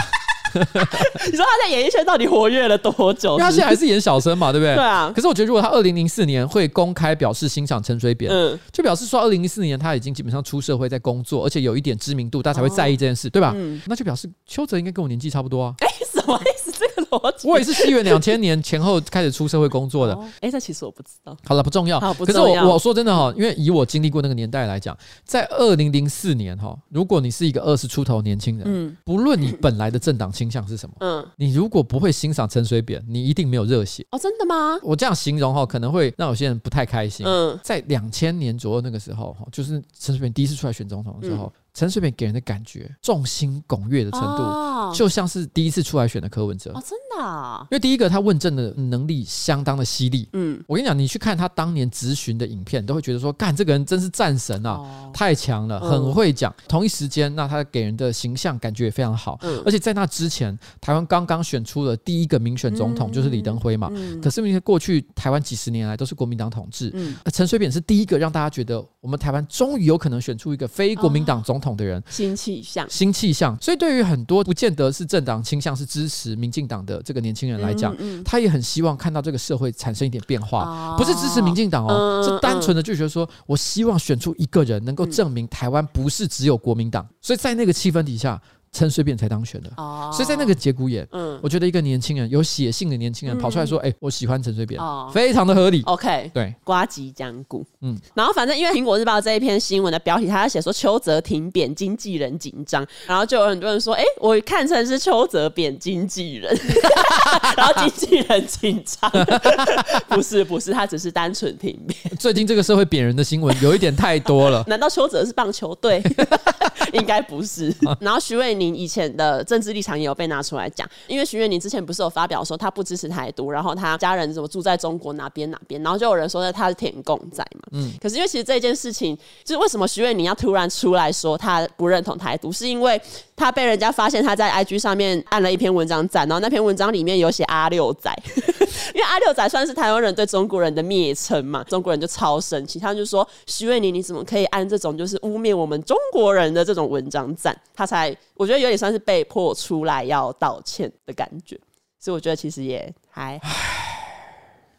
Speaker 2: 你说他在演艺圈到底活跃了多
Speaker 1: 因
Speaker 2: 久
Speaker 1: 为他现在还是演小生嘛，对不对？[laughs]
Speaker 2: 对啊
Speaker 1: 可是我觉得，如果他二零零四年会公开表示欣赏陈水扁，
Speaker 2: 嗯，
Speaker 1: 就表示说二零零四年他已经基本上出社会在工作，而且有一点知名度，大家才会在意这件事，对吧？
Speaker 2: 哦
Speaker 1: 那就表示邱泽应该跟我年纪差不多
Speaker 2: [laughs]
Speaker 1: 啊。
Speaker 2: 哎、什么意思？这个逻辑？
Speaker 1: 我也是西元两千年前后开始出社会工作的，
Speaker 2: 哦哎、这其实我不知道。
Speaker 1: 好了，不重要。
Speaker 2: 好不
Speaker 1: 可是
Speaker 2: 重要
Speaker 1: 我我说真的哈、因为以我经历过那个年代来讲，在二零零四年哈、如果你是一个二十出头的年轻人，
Speaker 2: 嗯
Speaker 1: 不论你本来的政党倾向是什么，
Speaker 2: 嗯，
Speaker 1: 你如果不会欣赏陈水扁，你一定没有热血。
Speaker 2: 哦，真的吗？
Speaker 1: 我这样形容哈、可能会让有些人不太开心。
Speaker 2: 嗯，
Speaker 1: 在两千年左右那个时候哈、就是陈水扁第一次出来选总统的时候，陈、水扁给人的感觉众星拱月的程度，
Speaker 2: 嗯哦
Speaker 1: 就像是第一次出来选的柯文哲。
Speaker 2: 哦，真的啊、
Speaker 1: 因为第一个，他问政的能力相当的犀利，
Speaker 2: 嗯，
Speaker 1: 我跟你讲，你去看他当年咨询的影片，你都会觉得说，干这个人真是战神啊，
Speaker 2: 哦，
Speaker 1: 太强了，
Speaker 2: 嗯
Speaker 1: 很会讲。同一时间，那他给人的形象感觉也非常好。
Speaker 2: 嗯
Speaker 1: 而且在那之前，台湾刚刚选出了第一个民选总统，
Speaker 2: 嗯
Speaker 1: 就是李登辉嘛。
Speaker 2: 嗯
Speaker 1: 可是因为过去台湾几十年来都是国民党统治，
Speaker 2: 嗯，
Speaker 1: 呃陈、水扁是第一个让大家觉得我们台湾终于有可能选出一个非国民
Speaker 2: 哦
Speaker 1: 党总统的人。
Speaker 2: 新气象。
Speaker 1: 新气象，所以对于很多不见得是政党倾向是支持民进党的这个年轻人来讲，
Speaker 2: 嗯嗯
Speaker 1: 他也很希望看到这个社会产生一点变化，
Speaker 2: 哦
Speaker 1: 不是支持民进党哦，
Speaker 2: 嗯
Speaker 1: 是单纯的就觉得说，我希望选出一个人能够证明台湾不是只有国民党，所以在那个气氛底下，陈水扁才当选的，
Speaker 2: 哦
Speaker 1: 所以在那个节骨眼。
Speaker 2: 嗯
Speaker 1: 我觉得一个年轻人有血性的年轻人跑出来说：“哎、我喜欢陈水扁，
Speaker 2: 哦
Speaker 1: 非常的合理。
Speaker 2: ，OK，
Speaker 1: 对，
Speaker 2: 瓜吉讲股，
Speaker 1: 嗯
Speaker 2: 嗯，然后反正因为《苹果日报》这一篇新闻的标题，他写说邱泽停扁经纪人紧张，然后就有很多人说，哎、我看成是邱泽扁经纪
Speaker 1: [laughs]
Speaker 2: 人，然后经纪人紧张， [laughs] 不是不是，他只是单纯停扁。，
Speaker 1: 最近这个社会贬人的新闻有一点太多了 [laughs]
Speaker 2: 难道邱泽是棒球队？ [laughs] 应该不是。然后徐瑞宁以前的政治立场也有被拿出来讲，因为徐瑞宁之前不是有发表说他不支持台独，然后他家人怎么住在中国哪边哪边，然后就有人说他是舔共仔嘛。嗯，可是因为其实这件事情，就是为什么徐瑞宁要突然出来说他不认同台独，是因为他被人家发现他在 IG 上面按了一篇文章赞，然后那篇文章里面有写阿六仔，因为阿六仔算是台湾人对中国人的蔑称嘛，中国人就超生气，他们就说徐瑞宁你怎么可以按这种就是污蔑我们中国人的这种文章赞，他才我觉得有点算是被迫出来要道歉的感觉，所以我觉得其实也还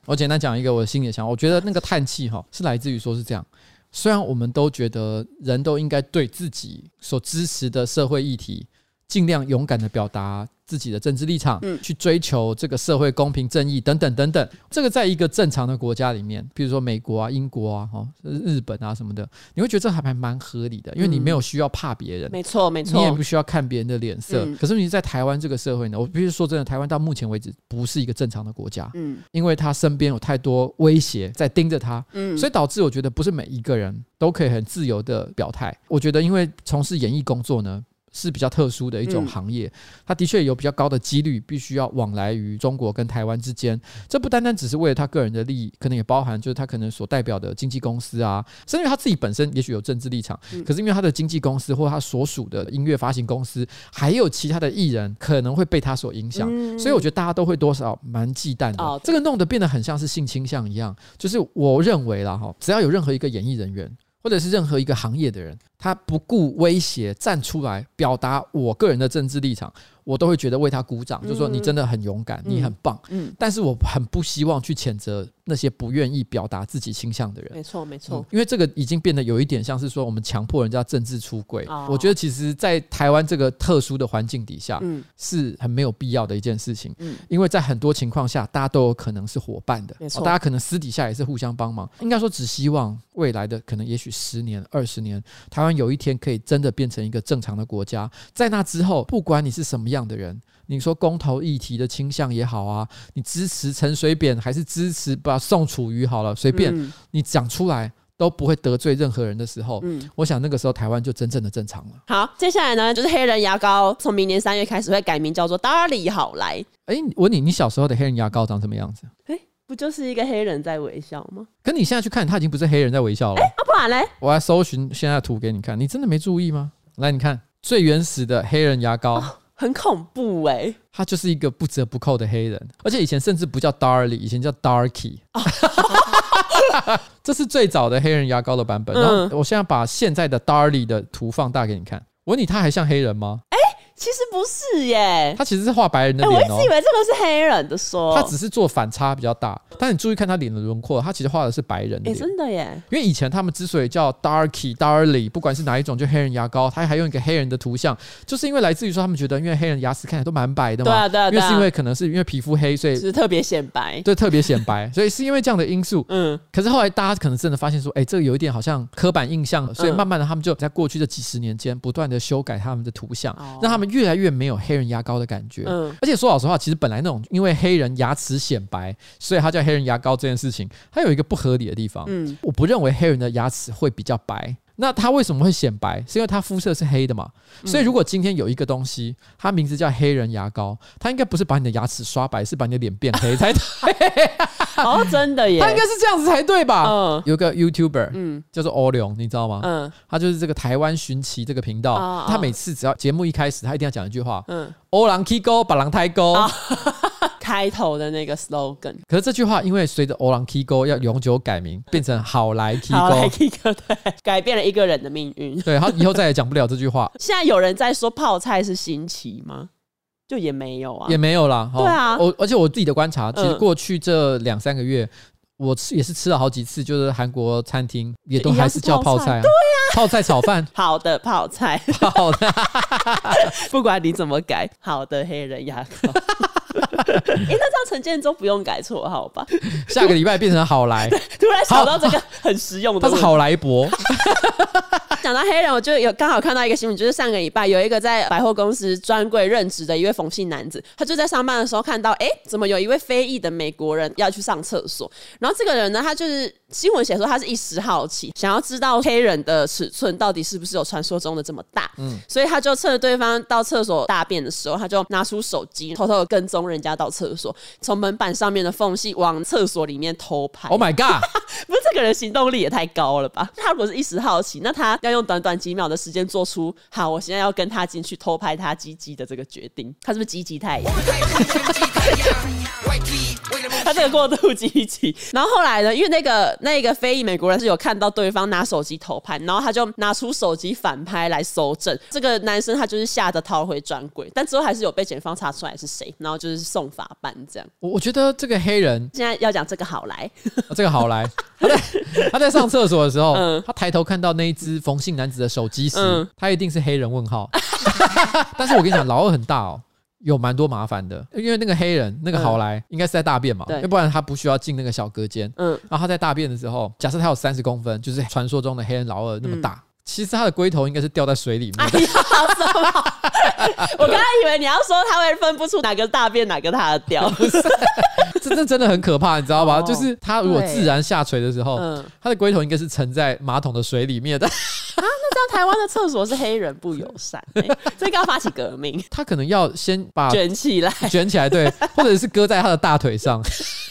Speaker 1: 我简单讲一个我的心里的想法，我觉得那个叹气哈是来自于说是这样，虽然我们都觉得人都应该对自己所支持的社会议题尽量勇敢的表达自己的政治立场，去追求这个社会公平正义等等等等，这个在一个正常的国家里面，比如说美国啊、英国啊、哦日本啊什么的，你会觉得这还蛮蛮合理的，因为你没有需要怕别人。
Speaker 2: 没错没
Speaker 1: 你也
Speaker 2: 错
Speaker 1: 不，需要看别人的脸色，
Speaker 2: 嗯
Speaker 1: 可是你在台湾这个社会呢，我必须说真的，台湾到目前为止不是一个正常的国家。
Speaker 2: 嗯
Speaker 1: 因为他身边有太多威胁在盯着他，
Speaker 2: 嗯，
Speaker 1: 所以导致我觉得不是每一个人都可以很自由的表态。我觉得因为从事演艺工作呢。是比较特殊的一种
Speaker 2: 嗯
Speaker 1: 行业，它的确有比较高的几率必须要往来于中国跟台湾之间。这不单单只是为了他个人的利益，可能也包含就是他可能所代表的经纪公司啊，甚至他自己本身也许有政治立场，
Speaker 2: 嗯
Speaker 1: 可是因为他的经纪公司或他所属的音乐发行公司，还有其他的艺人可能会被他所影响。
Speaker 2: 嗯
Speaker 1: 所以我觉得大家都会多少蛮忌惮的。
Speaker 2: 哦
Speaker 1: 这个弄得变得很像是性倾向一样，就是我认为啦哈，只要有任何一个演艺人员。或者是任何一个行业的人，他不顾威胁站出来表达我个人的政治立场，我都会觉得为他鼓掌，就说
Speaker 2: 嗯
Speaker 1: 你真的很勇敢，
Speaker 2: 嗯
Speaker 1: 你很棒。
Speaker 2: 嗯，
Speaker 1: 但是我很不希望去谴责那些不愿意表达自己倾向的人。
Speaker 2: 没错没
Speaker 1: 嗯
Speaker 2: 错，
Speaker 1: 因为这个已经变得有一点像是说我们强迫人家政治出轨。
Speaker 2: 哦
Speaker 1: 我觉得其实，在台湾这个特殊的环境底下，
Speaker 2: 嗯
Speaker 1: 是很没有必要的一件事情。
Speaker 2: 嗯
Speaker 1: 因为在很多情况下，大家都有可能是伙伴的，哦
Speaker 2: 没错
Speaker 1: 大家可能私底下也是互相帮忙。应该说，只希望未来的可能，也许十年、二十年，台湾有一天可以真的变成一个正常的国家。在那之后，不管你是什么样的人，你说公投议题的倾向也好啊，你支持陈水扁还是支持把宋楚瑜好了，随便、
Speaker 2: 嗯
Speaker 1: 你讲出来都不会得罪任何人的时候，
Speaker 2: 嗯。
Speaker 1: 我想那个时候台湾就真正的正常了。
Speaker 2: 好，接下来呢，就是黑人牙膏从明年三月开始会改名叫做 Darly 好来，
Speaker 1: 哎、我问你，你小时候的黑人牙膏长什么样子？
Speaker 2: 不就是一个黑人在微笑吗？
Speaker 1: 可你现在去看，他已经不是黑人在微笑了。
Speaker 2: 啊，不然嘞，
Speaker 1: 我来搜寻现在的图给你看，你真的没注意吗？来，你看最原始的黑人牙膏，
Speaker 2: 很恐怖哎、
Speaker 1: 他就是一个不折不扣的黑人，而且以前甚至不叫 Darly，以前叫 Darky。这是最早的黑人牙膏的版本。然后
Speaker 2: 嗯
Speaker 1: 我现在把现在的 Darly 的图放大给你看。我问你，他还像黑人吗？
Speaker 2: 其实不是耶、
Speaker 1: 他其实是画白人
Speaker 2: 哎、
Speaker 1: 的
Speaker 2: 我一
Speaker 1: 脸哦、
Speaker 2: 直以为这个是黑人的说，
Speaker 1: 他只是做反差比较大，但你注意看他脸的轮廓，他其实画的是白人
Speaker 2: 哎、
Speaker 1: 脸。
Speaker 2: 真的耶，
Speaker 1: 因为以前他们之所以叫 Darky、Darly，不管是哪一种，就黑人牙膏，他还用一个黑人的图像，就是因为来自于说他们觉得，因为黑人牙齿看起来都蛮白的嘛，
Speaker 2: 对啊对啊
Speaker 1: 因
Speaker 2: 对
Speaker 1: 为
Speaker 2: 啊
Speaker 1: 是因为可能是因为皮肤黑，所
Speaker 2: 就
Speaker 1: 以
Speaker 2: 是特别显白，
Speaker 1: 对特别显白，所以是因为这样的因素。 [laughs]
Speaker 2: 嗯，
Speaker 1: 可是后来大家可能真的发现说，哎、这个有一点好像刻板印象了，所以
Speaker 2: 嗯
Speaker 1: 慢慢的他们就在过去这几十年间不断的修改他们的图像，
Speaker 2: 哦
Speaker 1: 让他们越来越没有黑人牙膏的感觉。
Speaker 2: 嗯
Speaker 1: 而且说老实话，其实本来那种因为黑人牙齿显白，所以他叫黑人牙膏这件事情，它有一个不合理的地方。
Speaker 2: 嗯，
Speaker 1: 我不认为黑人的牙齿会比较白。那它为什么会显白？是因为它肤色是黑的嘛？
Speaker 2: 嗯
Speaker 1: 所以如果今天有一个东西，它名字叫黑人牙膏，它应该不是把你的牙齿刷白，是把你的脸变黑才对，
Speaker 2: 哦，真的耶，
Speaker 1: 它应该是这样子才对吧？
Speaker 2: 嗯
Speaker 1: 有个 YouTuber，
Speaker 2: 嗯
Speaker 1: 叫做 Orion，你知道吗？
Speaker 2: 嗯
Speaker 1: 他就是这个台湾寻奇这个频道，
Speaker 2: 哦哦
Speaker 1: 他每次只要节目一开始，他一定要讲一句话
Speaker 2: 嗯，：“啊
Speaker 1: 欧郎 K 勾，把郎胎勾。
Speaker 2: 开头的那个 slogan，
Speaker 1: 可是这句话因为随着欧郎 K 勾要永久改名，变成好来 K
Speaker 2: 嗯好来
Speaker 1: 勾，
Speaker 2: 一个对，改变了一个人的命运。 [laughs]
Speaker 1: 对他以后再也讲不了这句话，
Speaker 2: 现在有人在说泡菜是新奇吗？就也没有 [laughs] 啊，
Speaker 1: 也没有啦。齁
Speaker 2: 对啊
Speaker 1: 我而且我自己的观察，其实
Speaker 2: 嗯
Speaker 1: 过去这两三个月，我吃也是吃了好几次，就是韩国餐厅也都
Speaker 2: 一样
Speaker 1: 还
Speaker 2: 是
Speaker 1: 是叫
Speaker 2: 泡
Speaker 1: 泡
Speaker 2: 菜，
Speaker 1: 菜、啊，泡菜炒饭 [laughs]
Speaker 2: 好的泡菜， [laughs]
Speaker 1: 好的，
Speaker 2: 不管你怎么改，好的黑人牙膏。
Speaker 1: [laughs]
Speaker 2: 哎、那这样陈建州不用改绰号吧？
Speaker 1: 下个礼拜变成好
Speaker 2: [laughs]
Speaker 1: 来，
Speaker 2: 突然想到这个很实用的
Speaker 1: 他
Speaker 2: 问
Speaker 1: 是
Speaker 2: 题。
Speaker 1: 好来博，
Speaker 2: [laughs] 讲到黑人，我就有刚好看到一个新闻，就是上个礼拜有一个在百货公司专柜任职的一位冯姓男子，他就在上班的时候看到，哎、怎么有一位非裔的美国人要去上厕所？然后这个人呢，他就是新闻写说他是一时好奇，想要知道黑人的尺寸到底是不是有传说中的这么大，嗯，所以他就趁着对方到厕所大便的时候，他就拿出手机偷偷的跟踪人家到厕所，从门板上面的缝隙往厕所里面偷拍。
Speaker 1: Oh my god！
Speaker 2: 不是这个人行动力也太高了吧？他如果是一时好奇，那他要用短短几秒的时间做出好，我现在要跟他进去偷拍他鸡鸡的这个决定，他是不是鸡鸡太阳？他这个过度积极。然后后来呢，因为那个那个非裔美国人是有看到对方拿手机偷拍，然后他就拿出手机反拍来搜证。这个男生他就是吓得逃回专柜，但之后还是有被检方查出来是谁，然后就是送法办这样。
Speaker 1: 我我觉得这个黑人
Speaker 2: 现在要讲这个好来，
Speaker 1: 啊这个好来，他在他在上厕所的时候，
Speaker 2: 嗯
Speaker 1: 他抬头看到那一只冯姓男子的手机时，
Speaker 2: 嗯
Speaker 1: 他一定是黑人问号。 [laughs] 但是我跟你讲，老二很大哦。有蛮多麻烦的，因为那个黑人那个好来、应该是在大便嘛，
Speaker 2: 嗯对
Speaker 1: 要不然他不需要进那个小隔间。
Speaker 2: 嗯，
Speaker 1: 然后他在大便的时候，假设他有三十公分，就是传说中的黑人老二那
Speaker 2: 嗯
Speaker 1: 么大，其实他的龟头应该是掉在水里面
Speaker 2: 哎
Speaker 1: 的。
Speaker 2: 呀，什
Speaker 1: [laughs]
Speaker 2: 么？我刚刚以为你要说他会分不出哪个大便哪个他的
Speaker 1: [laughs]
Speaker 2: 掉。
Speaker 1: 这 [laughs] 这真的很可怕，你知道吗？
Speaker 2: 哦
Speaker 1: 就是他如果
Speaker 2: 对
Speaker 1: 自然下垂的时候，
Speaker 2: 嗯，
Speaker 1: 他的龟头应该是沉在马桶的水里面的。
Speaker 2: 那这样台湾的厕所是黑人不友善、
Speaker 1: [laughs]
Speaker 2: 欸，这个要发起革命，
Speaker 1: 他可能要先把
Speaker 2: 卷起来，
Speaker 1: 卷起来，
Speaker 2: [laughs]
Speaker 1: 对，或者是搁在他的大腿上。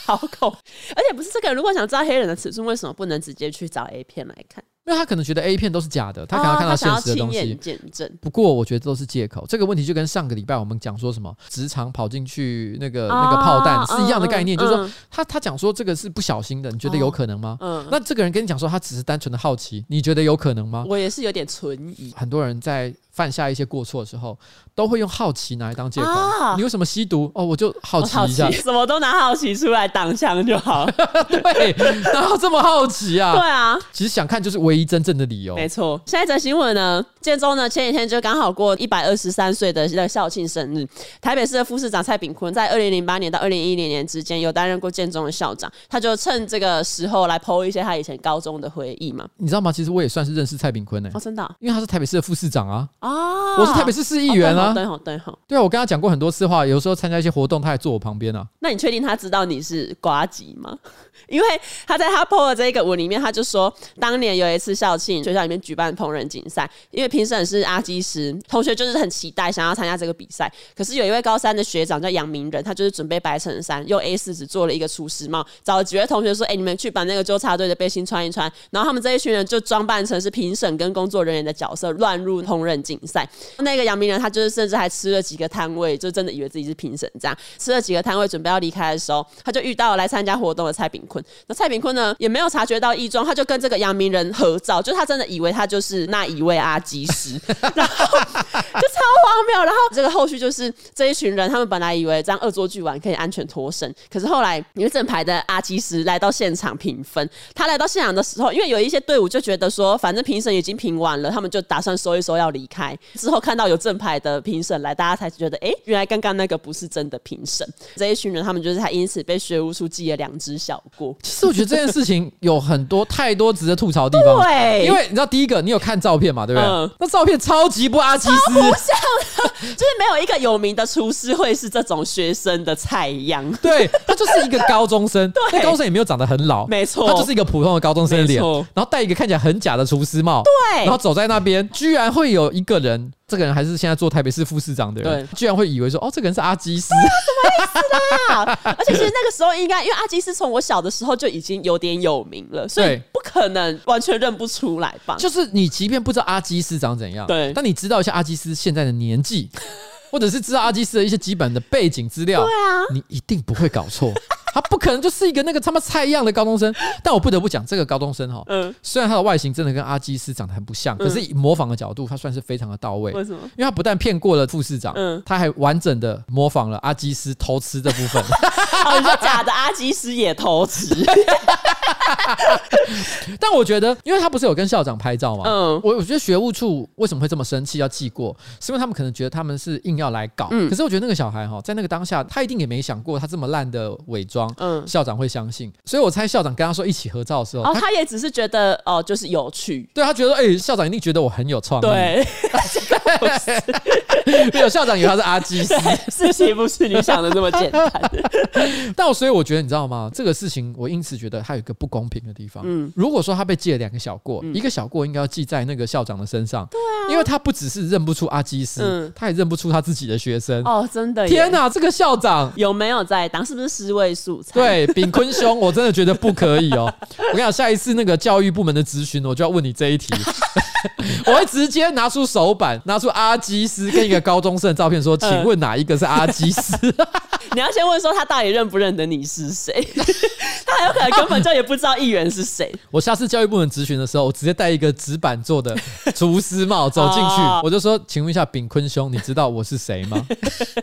Speaker 2: 好恐。而且不是这个，如果想知道黑人的尺寸，为什么不能直接去找 A 片来看？
Speaker 1: 因为他可能觉得 A 片都是假的，他可能
Speaker 2: 哦
Speaker 1: 要看到现
Speaker 2: 想要
Speaker 1: 实的
Speaker 2: 亲
Speaker 1: 东西
Speaker 2: 眼。见证。
Speaker 1: 不过我觉得都是借口，这个问题就跟上个礼拜我们讲说什么职场跑进去那个、
Speaker 2: 哦
Speaker 1: 那个炮弹是一样的概念，就是说
Speaker 2: 说，
Speaker 1: 他他讲说这个是不小心的，你觉得有可能吗？
Speaker 2: 嗯嗯，那
Speaker 1: 那这个人跟你讲说他只是单纯的好奇，你觉得有可能吗？
Speaker 2: 我也是有点存疑。
Speaker 1: 很多人在犯下一些过错的时候，都会用好奇拿来当借口。
Speaker 2: 啊
Speaker 1: 你为什么吸毒？哦，我就好
Speaker 2: 我
Speaker 1: 奇一下。
Speaker 2: 什么都拿好奇出来挡枪就好。
Speaker 1: [laughs] 对，然后这么好奇 [laughs]
Speaker 2: 对
Speaker 1: 啊？
Speaker 2: 啊，
Speaker 1: 其实想看就是唯一真正的理由。
Speaker 2: 没错。下一则新闻呢，建中呢前几天就刚好过一百二十三岁的的校庆生日。台北市的副市长蔡炳坤在二零零八年到二零一零年之间有担任过建中的校长，他就趁这个时候来剖一些他以前高中的回忆嘛。
Speaker 1: 你知道吗？其实我也算是认识蔡炳坤呢、欸
Speaker 2: 哦，真的啊、
Speaker 1: 因为他是台北市的副市长啊，
Speaker 2: 哦
Speaker 1: 我是台北市市议员啊。
Speaker 2: 对吼对吼。
Speaker 1: 对啊，我跟他讲过很多次话，有时候参加一些活动，他还坐我旁边啊。
Speaker 2: 那你确定他知道你是瓜吉吗？ [laughs] 因为他在他 PO 的这一个文里面，他就说，当年有一次校庆，学校里面举办烹饪竞赛，因为评审是阿基师，同学就是很期待想要参加这个比赛。可是有一位高三的学长叫杨明仁，他就是准备白衬衫，用 A 四纸做了一个厨师帽，找了几位同学说：“哎、你们去把那个纠察队的背心穿一穿。”然后他们这一群人就装扮成是评审跟工作人员的角色，乱入烹饪竞赛。那个杨明仁他就是甚至还吃了几个摊位，就真的以为自己是评审这样，吃了几个摊位准备要离开的时候，他就遇到了来参加活动的蔡炳坤。那蔡炳坤呢也没有察觉到异状，他就跟这个杨明仁合照，就他真的以为他就是那一位阿基师，然后就超荒谬。然后这个后续就是这一群人，他们本来以为这样恶作剧完可以安全脱身，可是后来因为正牌的阿基师来到现场评分，他来到现场的时候，因为有一些队伍就觉得说，反正评审已经评完了，他们就打算收一收要离开。之后看到有正牌的评审来，大家才觉得，哎、原来刚刚那个不是真的评审。这一群人，他们就是才因此被学务处记了两只小过。
Speaker 1: 其实我觉得这件事情有很多太多值得吐槽的地方。
Speaker 2: 对，
Speaker 1: 因为你知道，第一个你有看照片嘛，对不对？
Speaker 2: 嗯
Speaker 1: 那照片超级不阿基斯，
Speaker 2: 就是没有一个有名的厨师会是这种学生的菜样。
Speaker 1: 对他就是一个高中生，
Speaker 2: [laughs] 对
Speaker 1: 那高中生也没有长得很老，
Speaker 2: 没错
Speaker 1: 他就是一个普通的高中生的
Speaker 2: 没
Speaker 1: 脸
Speaker 2: 错，
Speaker 1: 然后戴一个看起来很假的厨师帽，
Speaker 2: 对
Speaker 1: 然后走在那边，居然会有一个人，这个人还是现在做台北市副市长的人，居然会以为说，哦，这个人是阿基
Speaker 2: [laughs]
Speaker 1: 斯，
Speaker 2: 啊！而且其实那个时候应该，因为阿基是从我小的时候就已经有点有名了，所以
Speaker 1: 对
Speaker 2: 不可能完全认不出来吧？
Speaker 1: 就是你即便不知道阿基斯长怎样，
Speaker 2: 对
Speaker 1: 但你知道一下阿基斯现在的年纪， [laughs] 或者是知道阿基斯的一些基本的背景资料，
Speaker 2: 对啊，
Speaker 1: 你一定不会搞错。 [laughs] 他不可能就是一个那个他妈菜一样的高中生，但我不得不讲，这个高中生哈，
Speaker 2: 嗯，
Speaker 1: 虽然他的外形真的跟阿基斯长得很不像，可是以模仿的角度，他算是非常的到位。
Speaker 2: 为什么？
Speaker 1: 因为他不但骗过了副市长，
Speaker 2: 嗯
Speaker 1: 他还完整的模仿了阿基斯偷吃这部分。
Speaker 2: 哦，你说假的阿基师也偷吃，
Speaker 1: 但我觉得，因为他不是有跟校长拍照吗？
Speaker 2: 嗯
Speaker 1: 我我觉得学务处为什么会这么生气要记过，是因为他们可能觉得他们是硬要来搞。
Speaker 2: 嗯
Speaker 1: 可是我觉得那个小孩哈，在那个当下，他一定也没想过他这么烂的伪装，
Speaker 2: 嗯
Speaker 1: 校长会相信。所以我猜校长跟他说一起合照的时候，
Speaker 2: 哦，
Speaker 1: 他
Speaker 2: 他也只是觉得哦，就是有趣，
Speaker 1: 对他觉得，哎、校长一定觉得我很有创意。，
Speaker 2: 对，
Speaker 1: [laughs] 没有校长以为他是阿基斯。
Speaker 2: 事情不是你想的那么简单。
Speaker 1: 但我所以我觉得，你知道吗？这个事情我因此觉得它有一个不公平的地方。嗯，如果说他被记了两个小过，一个小过应该要记在那个校长的身上，对啊，因为他不只是认不出阿基斯，
Speaker 2: 嗯
Speaker 1: 他也认不出他自己的学生。
Speaker 2: 哦，真的耶，
Speaker 1: 天哪，这个校长！
Speaker 2: 有没有在当？是不是尸位素
Speaker 1: [laughs]
Speaker 2: 材？，
Speaker 1: 对，炳坤兄，我真的觉得不可以哦。我跟你讲，下一次那个教育部门的咨询，我就要问你这一 [laughs] 题。我会直接拿出手板，拿出阿基斯跟一个高中生的照片，说：“请问哪一个是阿基斯？”
Speaker 2: 你要先问说他到底认不认得你是谁，他很有可能根本就也不知道议员是谁。
Speaker 1: 我下次教育部门咨询的时候，我直接戴一个纸板做
Speaker 2: [laughs]
Speaker 1: 的厨师帽走进去
Speaker 2: 哦，
Speaker 1: 我就说：“请问一下，炳坤兄，你知道我是谁吗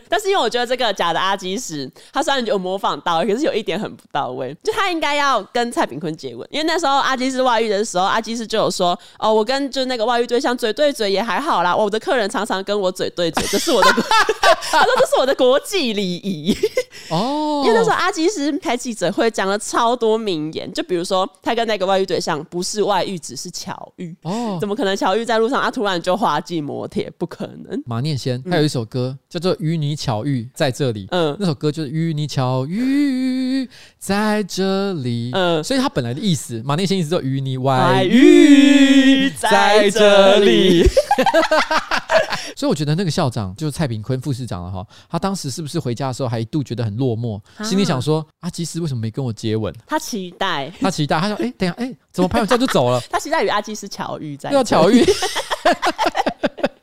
Speaker 2: 但是因为我觉得这个假的阿基师，他虽然有模仿到，可是有一点很不到位，就他应该要跟蔡炳坤接吻，因为那时候阿基师外遇的时候，阿基师就有说，哦，我跟就那个外遇对象嘴对嘴也还好啦，我的客人常常跟我嘴对嘴，这是我的国， [laughs] 他说这是我的国际礼仪。？”
Speaker 1: 哦，
Speaker 2: [laughs] 因为那时候阿基师开记者会讲了超多名言，就比如说他跟那个外遇对象不是外遇，只是巧遇，
Speaker 1: 哦
Speaker 2: 怎，么可能巧遇在路上啊突然就滑进摩铁？不可能。
Speaker 1: 马念先他有一首歌叫做《与你巧遇在这里》，
Speaker 2: 嗯
Speaker 1: 那首歌就是“与你巧遇在这里”，
Speaker 2: 嗯
Speaker 1: 所以他本来的意思，马念先意思叫“与你外
Speaker 2: 外
Speaker 1: 遇
Speaker 2: 遇在这里。
Speaker 1: 所以我觉得那个校长就是蔡炳坤副市长了哈，他当时是不是回家的时候还一度觉得很落寞，
Speaker 2: 啊
Speaker 1: 心里想说阿基斯为什么没跟我接吻？
Speaker 2: 他期待， [laughs]
Speaker 1: 他期待，他说哎、等一下哎、怎么拍完照就走了？
Speaker 2: 他期待与阿基斯巧遇在。
Speaker 1: 要巧
Speaker 2: [laughs]
Speaker 1: 遇，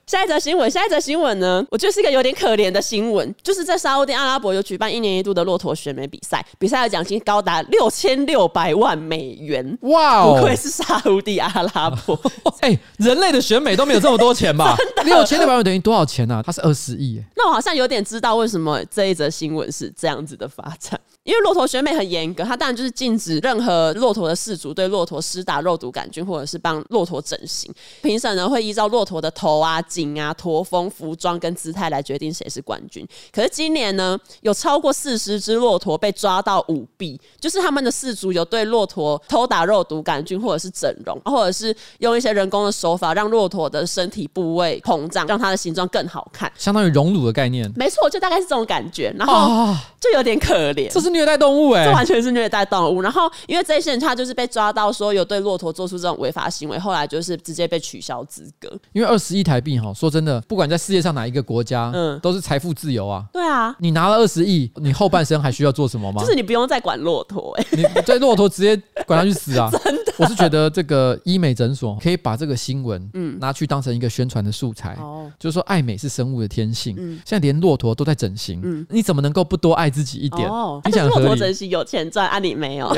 Speaker 2: 下一则新闻，下一则新闻呢，我觉得是一个有点可怜的新闻，就是在沙烏地阿拉伯有举办一年一度的骆驼选美比赛，比赛的奖金高达六千六百万美元。
Speaker 1: 哇
Speaker 2: 不
Speaker 1: 哦！
Speaker 2: 愧是沙烏地阿拉伯，
Speaker 1: 哎、人类的选美都没有这么多钱
Speaker 2: [laughs]
Speaker 1: 吧？六千六百万等于多少钱呢、啊？它是二十亿耶，
Speaker 2: 那我好像有点知道为什么这一则新闻是这样子的发展，因为骆驼选美很严格，它当然就是禁止任何骆驼的氏族对骆驼施打肉毒杆菌，或者是帮骆驼整形。评审呢会依照骆驼的头啊、颈啊、驼峰、服装跟姿态来决定谁是冠军。可是今年呢，有超过四十只骆驼被抓到舞弊，就是他们的氏族有对骆驼偷打肉毒杆菌，或者是整容，或者是用一些人工的手法让骆驼的身体部位膨胀，让它的形状更好看。
Speaker 1: 相当于荣辱的概
Speaker 2: [laughs]
Speaker 1: 念
Speaker 2: 没错，就大概是这种感觉，然后
Speaker 1: 啊！
Speaker 2: 就有点可怜。
Speaker 1: 这是虐待动物哎、
Speaker 2: 哦这完全是虐待动物，然后因为这些人他就是被抓到说有对骆驼做出这种违法行为，后来就是直接被取消资格。
Speaker 1: 因为二十亿台币哈，说真的，不管在世界上哪一个国家，
Speaker 2: 嗯
Speaker 1: 都是财富自由啊。
Speaker 2: 对啊，
Speaker 1: 你拿了二十亿，你后半生还需要做什么吗？
Speaker 2: [laughs] 就是你不用再管骆驼、欸，
Speaker 1: 你在骆驼直接管他去死
Speaker 2: [laughs]
Speaker 1: 啊！真的，我是觉得这个医美诊所可以把这个新闻，嗯，拿去当成一个宣传的素材。
Speaker 2: 哦，
Speaker 1: 就是说，爱美是生物的天性。
Speaker 2: 嗯
Speaker 1: 现在连骆驼都在整形，你怎么能够不多爱自己一点？
Speaker 2: 哦，
Speaker 1: 你
Speaker 2: 但
Speaker 1: 想
Speaker 2: 是
Speaker 1: 很
Speaker 2: 骆
Speaker 1: 合
Speaker 2: 驼
Speaker 1: 理
Speaker 2: 真，心有钱赚，啊你没有，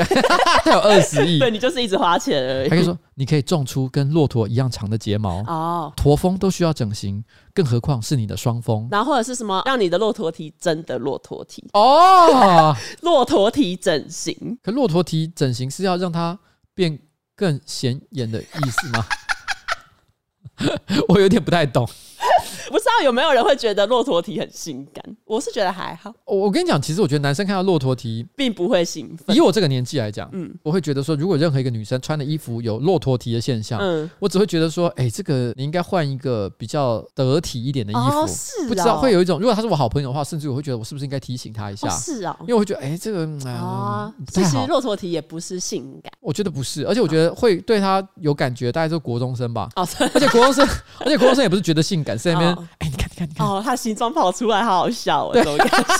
Speaker 1: 它有二十亿，
Speaker 2: [laughs] 对你就是一直花钱而
Speaker 1: 还可以
Speaker 2: 已。
Speaker 1: 说你可以种出跟骆驼一样长的睫毛，
Speaker 2: 哦，
Speaker 1: 驼峰都需要整形，更何况是你的双峰
Speaker 2: 然后或者是什么让你的骆驼蹄真的骆驼蹄，
Speaker 1: 哦。
Speaker 2: 骆驼蹄整形，
Speaker 1: 可骆驼蹄整形是要让它变更显眼的意思吗？ [laughs] 我有点不太懂。
Speaker 2: 不知道有没有人会觉得骆驼蹄很性感？我是觉得还好，
Speaker 1: 我我跟你讲，其实我觉得男生看到骆驼蹄，
Speaker 2: 并不会兴奋。
Speaker 1: 以我这个年纪来讲，
Speaker 2: 嗯
Speaker 1: 我会觉得说，如果任何一个女生穿的衣服有骆驼蹄的现象，
Speaker 2: 嗯，
Speaker 1: 我只会觉得说，哎、这个你应该换一个比较得体一点的衣服。
Speaker 2: 哦，是、哦，
Speaker 1: 不知道会有一种，如果他是我好朋友的话，甚至我会觉得我是不是应该提醒他一下，
Speaker 2: 哦是哦
Speaker 1: 因。为我会觉得，哎、这个嗯哎呀
Speaker 2: 啊
Speaker 1: 嗯，不
Speaker 2: 其
Speaker 1: 太
Speaker 2: 实
Speaker 1: 好。
Speaker 2: 骆驼蹄也不是性感
Speaker 1: 我觉得不是，而且我
Speaker 2: 啊
Speaker 1: 觉得会对他有感觉，大概就是国中生吧。
Speaker 2: 哦，真的
Speaker 1: 而且国中
Speaker 2: [laughs]
Speaker 1: 生，而且国中生也不是觉得性感，是在那边
Speaker 2: 哦，
Speaker 1: 哎、你看，你看，你看，
Speaker 2: 哦， [laughs] 它形状跑出来，好好笑
Speaker 1: [laughs]
Speaker 2: 哦，这种感觉。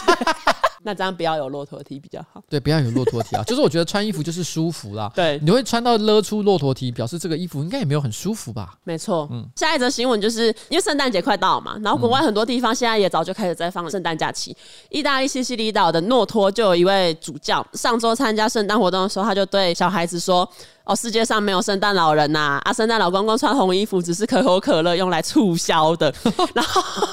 Speaker 2: [laughs] 那这样不要有骆驼蹄比较好。
Speaker 1: 对，不要有骆驼蹄
Speaker 2: [laughs]
Speaker 1: 啊。就是我觉得穿衣服就是舒服啦，
Speaker 2: 对，
Speaker 1: 你会穿到勒出骆驼蹄，表示这个衣服应该也没有很舒服吧？
Speaker 2: 没错。
Speaker 1: 嗯
Speaker 2: 下一则新闻就是因为圣诞节快到了嘛，然后国外很多地方现在也早就开始在放圣诞假期。意大利西西里岛的诺托就有一位主教，上周参加圣诞活动的时候，他就对小孩子说：“哦，世界上没有圣诞老人呐、啊，圣诞老公公穿红衣服只是可口可乐用来促销的。”然后。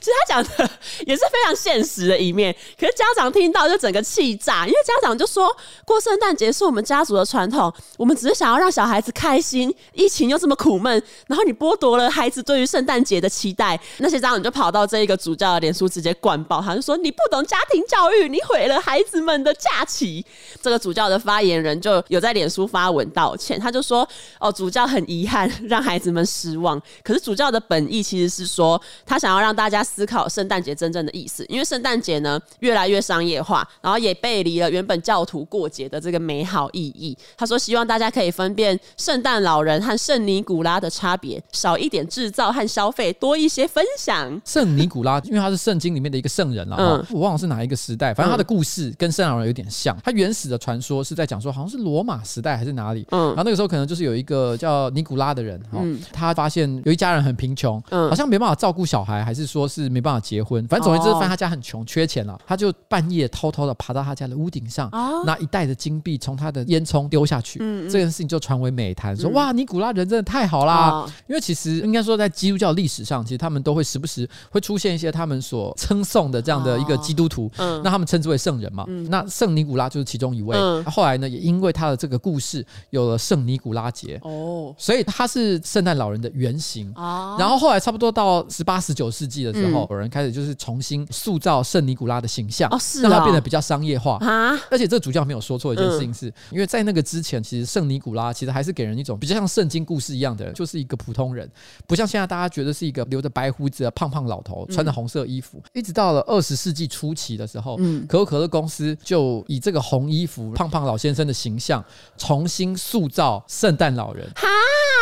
Speaker 2: 其实他讲的也是非常现实的一面，可是家长听到就整个气炸，因为家长就说过圣诞节是我们家族的传统，我们只是想要让小孩子开心，疫情又这么苦闷，然后你剥夺了孩子对于圣诞节的期待，那些家长就跑到这一个主教的脸书直接灌爆他，就说你不懂家庭教育，你毁了孩子们的假期。这个主教的发言人就有在脸书发文道歉，他就说哦，主教很遗憾让孩子们失望，可是主教的本意其实是说他想要让大家思考圣诞节真正的意思，因为圣诞节呢越来越商业化，然后也背离了原本教徒过节的这个美好意义。他说希望大家可以分辨圣诞老人和圣尼古拉的差别，少一点制造和消费，多一些分享。
Speaker 1: 圣尼古拉，因为他是圣经里面的一个圣人了、
Speaker 2: 嗯
Speaker 1: 哈我忘了是哪一个时代，反正他的故事跟圣老人有点像。他原始的传说是在讲说，好像是罗马时代还是哪里，
Speaker 2: 嗯
Speaker 1: 然后那个时候可能就是有一个叫尼古拉的人，哈、他发现有一家人很贫穷，
Speaker 2: 嗯
Speaker 1: 好像没办法照顾小孩，还是说是没办法结婚，反正总而言之，
Speaker 2: 哦
Speaker 1: 发现他家很穷，缺钱了，他就半夜偷偷的爬到他家的屋顶上，
Speaker 2: 哦
Speaker 1: 拿一袋的金币从他的烟囱丢下去，
Speaker 2: 嗯
Speaker 1: 这件事情就传为美谈，说、哇，尼古拉人真的太好啦。
Speaker 2: 哦
Speaker 1: 因为其实应该说，在基督教历史上，其实他们都会时不时会出现一些他们所称颂的这样的一个基督徒，
Speaker 2: 嗯
Speaker 1: 那他们称之为圣人嘛。那圣尼古拉就是其中一位。
Speaker 2: 嗯
Speaker 1: 后来呢，也因为他的这个故事，有了圣尼古拉节，
Speaker 2: 哦
Speaker 1: 所以他是圣诞老人的原型。
Speaker 2: 啊
Speaker 1: 然后后来差不多到十八、十九世纪的时候，有人开始就是重新塑造圣尼古拉的形象，
Speaker 2: 嗯哦是
Speaker 1: 让他
Speaker 2: 哦
Speaker 1: 变得比较商业化。
Speaker 2: 啊
Speaker 1: 而且这个主教没有说错一件事情
Speaker 2: 嗯
Speaker 1: 是，因为在那个之前，其实圣尼古拉其实还是给人一种比较像圣经故事一样的人，就是一个普通人，不像现在大家觉得是一个留着白胡子的啊胖胖老头，穿着红色衣服。一直到了二十世纪初期的时候，
Speaker 2: 嗯
Speaker 1: 可口可乐公司就以这个红衣服胖胖老先生的形象重新塑造圣诞老人。
Speaker 2: 哈。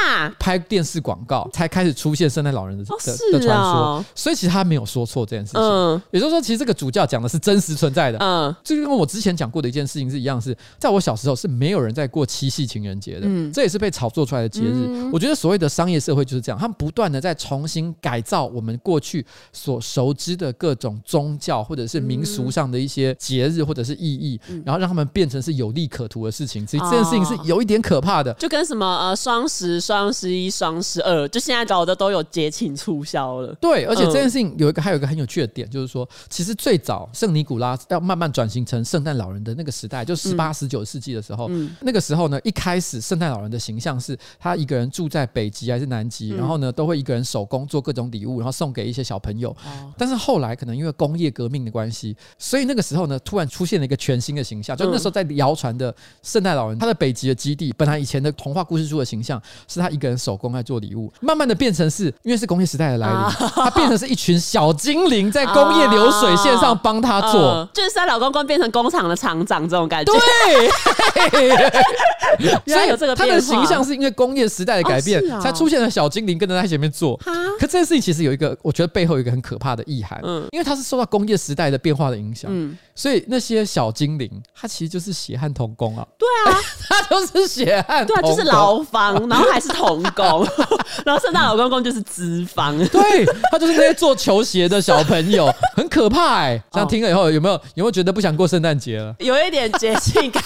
Speaker 2: 啊？
Speaker 1: 拍电视广告才开始出现圣诞老人的、
Speaker 2: 哦
Speaker 1: 的
Speaker 2: 是
Speaker 1: 的传说
Speaker 2: 哦，
Speaker 1: 所以其实他没有说错这件事情。
Speaker 2: 嗯
Speaker 1: 也就是说，其实这个主教讲的是真实存在的，
Speaker 2: 嗯，
Speaker 1: 这就跟我之前讲过的一件事情是一样是，在我小时候是没有人在过七夕情人节的，
Speaker 2: 嗯
Speaker 1: 这也是被炒作出来的节日。我觉得所谓的商业社会就是这样，他们不断的在重新改造我们过去所熟知的各种宗教或者是民俗上的一些节日或者是意义，
Speaker 2: 嗯
Speaker 1: 然后让他们变成是有利可图的事情。所以这件事情是
Speaker 2: 哦
Speaker 1: 有一点可怕的。
Speaker 2: 就跟什么呃双十、双十一、双十二，就现在搞的都有节庆促销了。
Speaker 1: 对，而且这件事情有一个还有一个很有趣的点，就是说，其实最早圣尼古拉要慢慢转型成圣诞老人的那个时代，就十八、十九世纪的时候，那个时候呢，一开始圣诞老人的形象是他一个人住在北极还是南极，然后呢都会一个人手工做各种礼物，然后送给一些小朋友。但是后来可能因为工业革命的关系，所以那个时候呢，突然出现了一个全新的形象，就那时候在谣传的圣诞老人，他的北极的基地，本来以前的童话故事书的形象是他一个人手工在做礼物，慢慢的变成是因为是工业时代的来
Speaker 2: 啊
Speaker 1: 临，他变成是一群小精灵在工业流水线上帮他
Speaker 2: [laughs]
Speaker 1: 做。
Speaker 2: 嗯就是在老公公变成工厂的厂长这种感觉。
Speaker 1: 对，
Speaker 2: 原来有这个
Speaker 1: 他
Speaker 2: 变
Speaker 1: 的
Speaker 2: 化
Speaker 1: 形象是因为工业时代的改变，
Speaker 2: 哦是啊
Speaker 1: 才出现了小精灵跟着他前面做。可这件事情其实有一个，我觉得背后有一个很可怕的意涵，
Speaker 2: 嗯
Speaker 1: 因为它是受到工业时代的变化的影响，
Speaker 2: 嗯
Speaker 1: 所以那些小精灵，它其实就是血汗童工啊，
Speaker 2: 对啊，
Speaker 1: [laughs] 它就是血汗童
Speaker 2: 对啊，
Speaker 1: 工，
Speaker 2: 就是劳方， [laughs] 然后还是童工，然后圣诞老公公就是资 [laughs] 方。
Speaker 1: 对他就是那些做球鞋的小朋友，很可怕哎、这样
Speaker 2: 哦
Speaker 1: 听了以后，有没有有没有觉得不想过圣诞节了？
Speaker 2: 有一点节庆感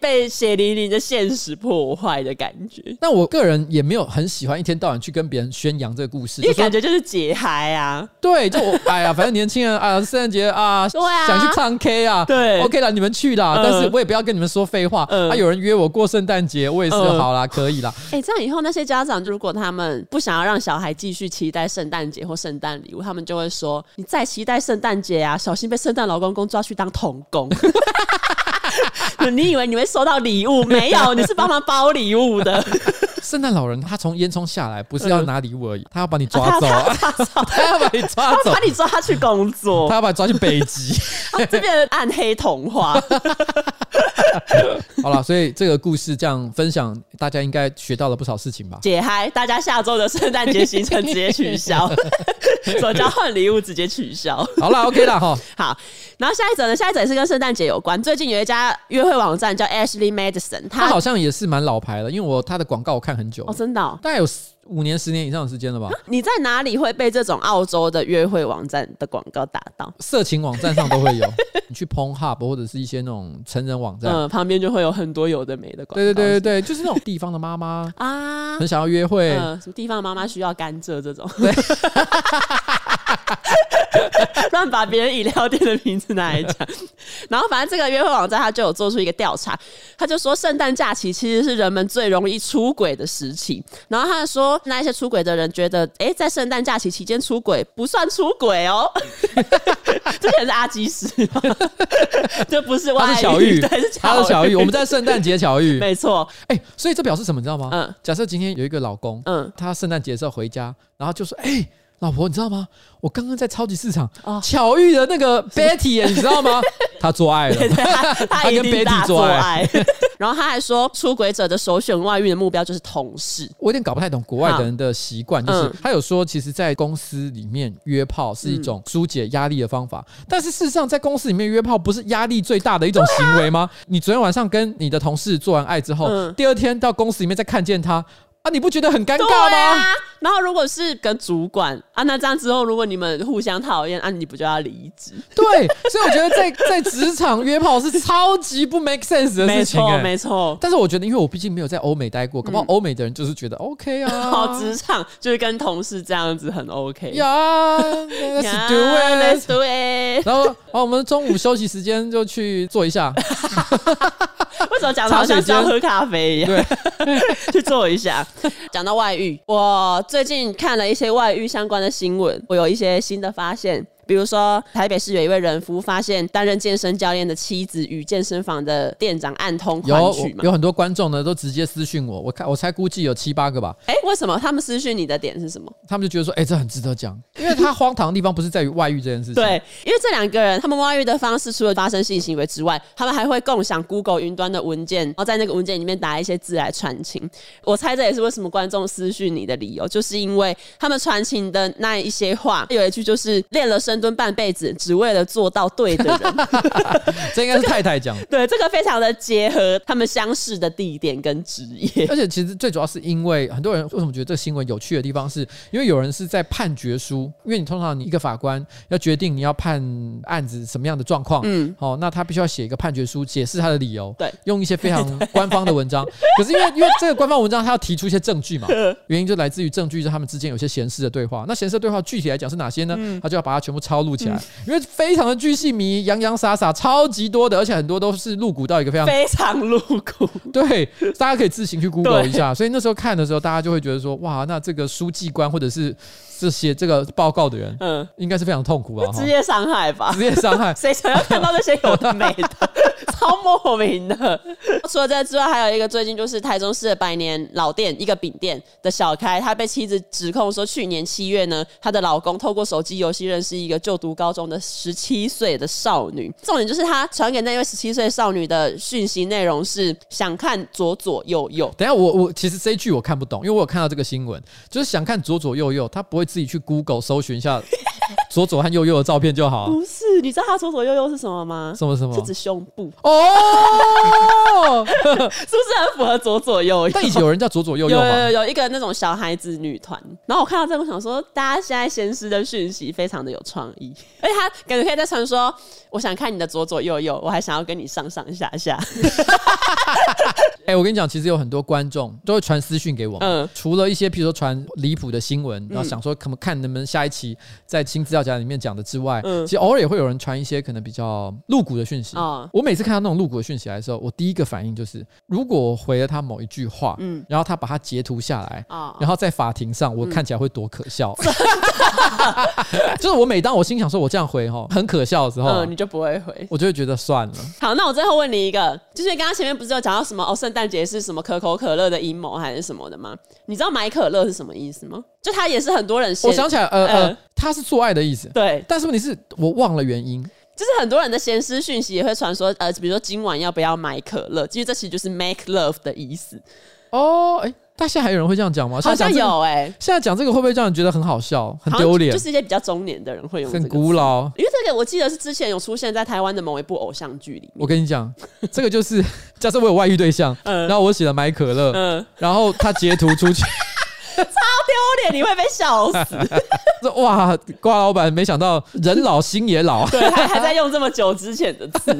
Speaker 2: 被血淋淋的现实破坏的感觉，
Speaker 1: 但我个人也没有很喜欢一天到晚去跟别人宣扬这个 [laughs] 故事，
Speaker 2: 因
Speaker 1: 就
Speaker 2: 为
Speaker 1: 说
Speaker 2: 感觉就是节嗨啊，
Speaker 1: 对，就我哎呀，反正年轻人 [laughs] 啊，圣诞节啊，
Speaker 2: 对啊
Speaker 1: 想去唱 K 啊，
Speaker 2: 对
Speaker 1: ，OK 啦，你们去啦，
Speaker 2: 嗯
Speaker 1: 但是我也不要跟你们说废话。
Speaker 2: 嗯
Speaker 1: 啊，有人约我过圣诞节，我也是
Speaker 2: 嗯
Speaker 1: 好啦，可以啦。
Speaker 2: 哎、这样以后那些家长，如果他们不想要让小孩继续期待圣诞节或圣诞礼物，他们就会说：“你再期待圣诞节啊，小心被圣诞老公公抓去当童工。” [laughs] 你以为你会收到礼物？没有，你是帮忙包礼物的。
Speaker 1: 圣诞老人他从烟囱下来，不是要拿礼物而已，他要把你抓
Speaker 2: 啊
Speaker 1: 走，嗯哦 [laughs] 他要把你抓
Speaker 2: 他
Speaker 1: 走
Speaker 2: 把，你抓去工作
Speaker 1: 他，要把你抓去北极。
Speaker 2: 他这边的暗黑童话。
Speaker 1: [laughs] 好了，所以这个故事这样分享，大家应该学到了不少事情吧？
Speaker 2: 解嗨，大家下周的圣诞节行程直接
Speaker 1: [laughs]
Speaker 2: 取消， [laughs] 所交换礼物直接取消。
Speaker 1: [laughs] 好啦 o k 啦
Speaker 2: [laughs]
Speaker 1: 哈，
Speaker 2: 好，然后下一则呢？下一则也是跟圣诞节有关。最近有一家约会网站叫 Ashley Madison，
Speaker 1: 他
Speaker 2: 它
Speaker 1: 好像也是蛮老牌的，因为我他的广告我看很久
Speaker 2: 哦，，真的、哦。
Speaker 1: 大概有十五年、十年以上的时间了吧。
Speaker 2: 你在哪里会被这种澳洲的约会网站的广告打到？
Speaker 1: [laughs] 色情网站上都会
Speaker 2: [laughs]
Speaker 1: 有，你去 Pornhub 或者是一些那种成人网站，
Speaker 2: 嗯，旁边就会有很多有的没的广告。
Speaker 1: 对对对对对，就是那种地方的妈妈
Speaker 2: [laughs] 啊，
Speaker 1: 很想要约会，
Speaker 2: 嗯，什么地方妈妈需要甘蔗这种， [laughs] 乱把别人饮料店的名字拿来讲。然后反正这个约会网站它就有做出一个调查，他就说圣诞假期其实是人们最容易出轨的时期。然后他说那一些出轨的人觉得，哎、在圣诞假期期间出轨不算出轨哦。 [laughs] 之前是阿基师吗， [laughs] 这不是
Speaker 1: 她
Speaker 2: 外
Speaker 1: 是巧遇，
Speaker 2: [laughs] 对，是
Speaker 1: 她是巧遇，我们
Speaker 2: 在
Speaker 1: 在圣诞节巧遇，
Speaker 2: 没错，
Speaker 1: 哎、所以这表示什么，你知道吗？
Speaker 2: 嗯
Speaker 1: 假设今天有一个老公，
Speaker 2: 嗯
Speaker 1: 他圣诞节的时候回家，然后就说，哎、老婆，你知道吗？我刚刚在超级市场、
Speaker 2: 哦
Speaker 1: 巧遇了那个 Betty，耶你知道
Speaker 2: [laughs]
Speaker 1: 吗？她做爱了，
Speaker 2: 他一
Speaker 1: 跟
Speaker 2: 定
Speaker 1: Betty
Speaker 2: 大
Speaker 1: 做
Speaker 2: 做
Speaker 1: 爱
Speaker 2: 爱。 [laughs] 然后他还说，出轨者的首选外遇的目标就是同
Speaker 1: [laughs]
Speaker 2: 事。
Speaker 1: 我有点搞不太懂国外的人的习惯，就是
Speaker 2: 嗯
Speaker 1: 他有说，其实，在公司里面约炮是一种疏解压力的方法，但是事实上，在公司里面约炮不是压力最大的一种行为吗？你昨天晚上跟你的同事做完爱之后，
Speaker 2: 啊嗯
Speaker 1: 第二天到公司里面再看见他啊，你不觉得很尴
Speaker 2: 对
Speaker 1: 尬吗？
Speaker 2: 啊，然后如果是跟主管啊，那这样之后，如果你们互相讨厌啊，你不就要离职？
Speaker 1: [laughs] 对，所以我觉得在在职场约炮是超级不 make sense 的
Speaker 2: 没
Speaker 1: 事情、
Speaker 2: 错，
Speaker 1: 欸。
Speaker 2: 没错。
Speaker 1: 但是我觉得，因为我毕竟没有在欧美待过，搞不好欧美的人就是觉得 OK 啊，
Speaker 2: 好，职场就是跟同事这样子很 OK。
Speaker 1: 呀，Let's do
Speaker 2: Yeah,
Speaker 1: it
Speaker 2: let's。do it
Speaker 1: 然后，好，我们中午休息时间就去做一
Speaker 2: [laughs]
Speaker 1: 下。
Speaker 2: 为什么讲的好像是要喝咖啡一样？
Speaker 1: 对，
Speaker 2: [laughs] 去做一下。讲到外遇，我最近看了一些外遇相关的新闻，我有一些新的发现。比如说，台北市有一位人夫发现担任健身教练的妻子与健身房的店长暗通
Speaker 1: 有
Speaker 2: 款
Speaker 1: 我
Speaker 2: 曲嘛
Speaker 1: 有？很多观众呢都直接私讯我，我看我猜估计有七八个吧，
Speaker 2: 哎、为什么他们私讯你的点是什么？
Speaker 1: 他们就觉得说，哎、这很值得讲，因为他荒唐的地方不是在于外遇这件事情，
Speaker 2: [laughs] 对，因为这两个人他们外遇的方式，除了发生性行为之外，他们还会共享 Google 云端的文件，然后在那个文件里面打一些字来传情。我猜这也是为什么观众私讯你的理由，就是因为他们传情的那一些话，有一句就是练了深蹲半辈子，只为了做到对
Speaker 1: [laughs]
Speaker 2: 的人。
Speaker 1: 这应该是太太讲的。
Speaker 2: 对，这个非常的结合他们相识的地点跟职
Speaker 1: [laughs]
Speaker 2: 业。
Speaker 1: 而且其实最主要是因为很多人为什么觉得这个新闻有趣的地方是，因为有人是在判决书，因为你通常你一个法官要决定你要判案子什么样的状况，嗯，好、那他必须要写一个判决书，解释他的理由，
Speaker 2: 对
Speaker 1: 用一些非常官方的文章。可是因为因为这个官方文章，他要提出一些证据 [laughs] 嘛，原因就来自于证据就是他们之间有些闲事的对话。那闲事的对话具体来讲是哪些呢？他就要把它全部抄录起来，因为非常的巨细迷，洋洋洒洒，超级多的，而且很多都是露骨到一个非常
Speaker 2: 非常露骨，
Speaker 1: [laughs] 对，大家可以自行去 Google
Speaker 2: 对
Speaker 1: 一下。所以那时候看的时候，大家就会觉得说，哇，那这个书记官或者是这些这个报告的人，
Speaker 2: 嗯，
Speaker 1: 应该是非常痛苦吧？哈 [laughs]
Speaker 2: 职，业伤害吧。
Speaker 1: 职。业伤害
Speaker 2: 谁想要看到那些有的没的， [laughs] 超莫名的。 [laughs] 除了这之外，还有一个最近就是台中市的百年老店一个饼店的小开，他被妻子指控说，去年七月呢，她的老公透过手机游戏认识一个就读高中的十七岁的少女。重点就是他传给那位十七岁少女的讯息内容是想看左左右右。
Speaker 1: 等一下，我我其实这一句我看不懂，因为我有看到这个新闻，就是想看左左右右，他不会自己去 Google 搜寻一
Speaker 2: [laughs]
Speaker 1: 下左左和右右的照片就好啊、
Speaker 2: 不是，你知道他左左右右是什么吗？
Speaker 1: 什么什
Speaker 2: 是
Speaker 1: 么
Speaker 2: 指？胸部， [laughs]
Speaker 1: 哦，
Speaker 2: 是不是很符合左左右右？
Speaker 1: 但以前有人叫左左右右
Speaker 2: 有
Speaker 1: 吗
Speaker 2: 有？有一个那种小孩子女团，然后我看到这个，我想说，大家现在闲时的讯息非常的有创意， [laughs] 而且他感觉可以在传说，我想看你的左左右右，我还想要跟你上上下下，
Speaker 1: 哎、我跟你讲，其实有很多观众都会传私讯给我们，
Speaker 2: 嗯
Speaker 1: 除了一些譬如说传离谱的新闻，然后想说可能看能不能下一期在新资料夹里面讲的之外，
Speaker 2: 嗯
Speaker 1: 其实偶尔也会有人传一些可能比较露骨的讯息。
Speaker 2: 哦
Speaker 1: 我每次看到那种露骨的讯息来的时候，我第一个反应就是，如果我回了他某一句话，
Speaker 2: 嗯
Speaker 1: 然后他把它截图下来。
Speaker 2: 啊、
Speaker 1: 然后在法庭上，我看起来会多可笑， [laughs] 就是我每当我心想说我这样回哈很可笑的时候，
Speaker 2: 嗯，你就不会回。
Speaker 1: 我就会觉得算了。
Speaker 2: 好，那我最后问你一个，就是刚刚前面不是有讲到什么哦，圣诞节是什么可口可乐的阴谋还是什么的吗？你知道买可乐是什么意思吗？就它也是很多人
Speaker 1: 我
Speaker 2: 先
Speaker 1: 想起来，呃
Speaker 2: 嗯
Speaker 1: 呃，他是做爱的意思，
Speaker 2: 对，
Speaker 1: 但是问题是我忘了原因，
Speaker 2: 就是很多人的闲私讯息也会传说，呃，比如说今晚要不要买可乐，其实这其实就是 make love 的意思，
Speaker 1: 哦，哎、但现在还有人会这样讲吗？
Speaker 2: 好
Speaker 1: 现在
Speaker 2: 像
Speaker 1: 讲这个
Speaker 2: 有哎、
Speaker 1: 现在讲这个会不会让人觉得很好笑、很
Speaker 2: 好像
Speaker 1: 丢脸、
Speaker 2: 就是一些比较中年的人会用这
Speaker 1: 很
Speaker 2: 个
Speaker 1: 古
Speaker 2: 词。
Speaker 1: 老？
Speaker 2: 因为这个我记得是之前有出现在台湾的某一部偶像
Speaker 1: [laughs]
Speaker 2: 剧里面，
Speaker 1: 我跟你
Speaker 2: [laughs]
Speaker 1: 讲，这个就是假设我有外遇对象，
Speaker 2: 嗯
Speaker 1: 然后我写了买可乐，
Speaker 2: 嗯，
Speaker 1: 然后他截图出去， [laughs]
Speaker 2: 丢脸你会被笑死，
Speaker 1: 说哇，瓜老板没想到人老心也老，
Speaker 2: [laughs] 对，还还在用这么久之前的
Speaker 1: [laughs]
Speaker 2: 字。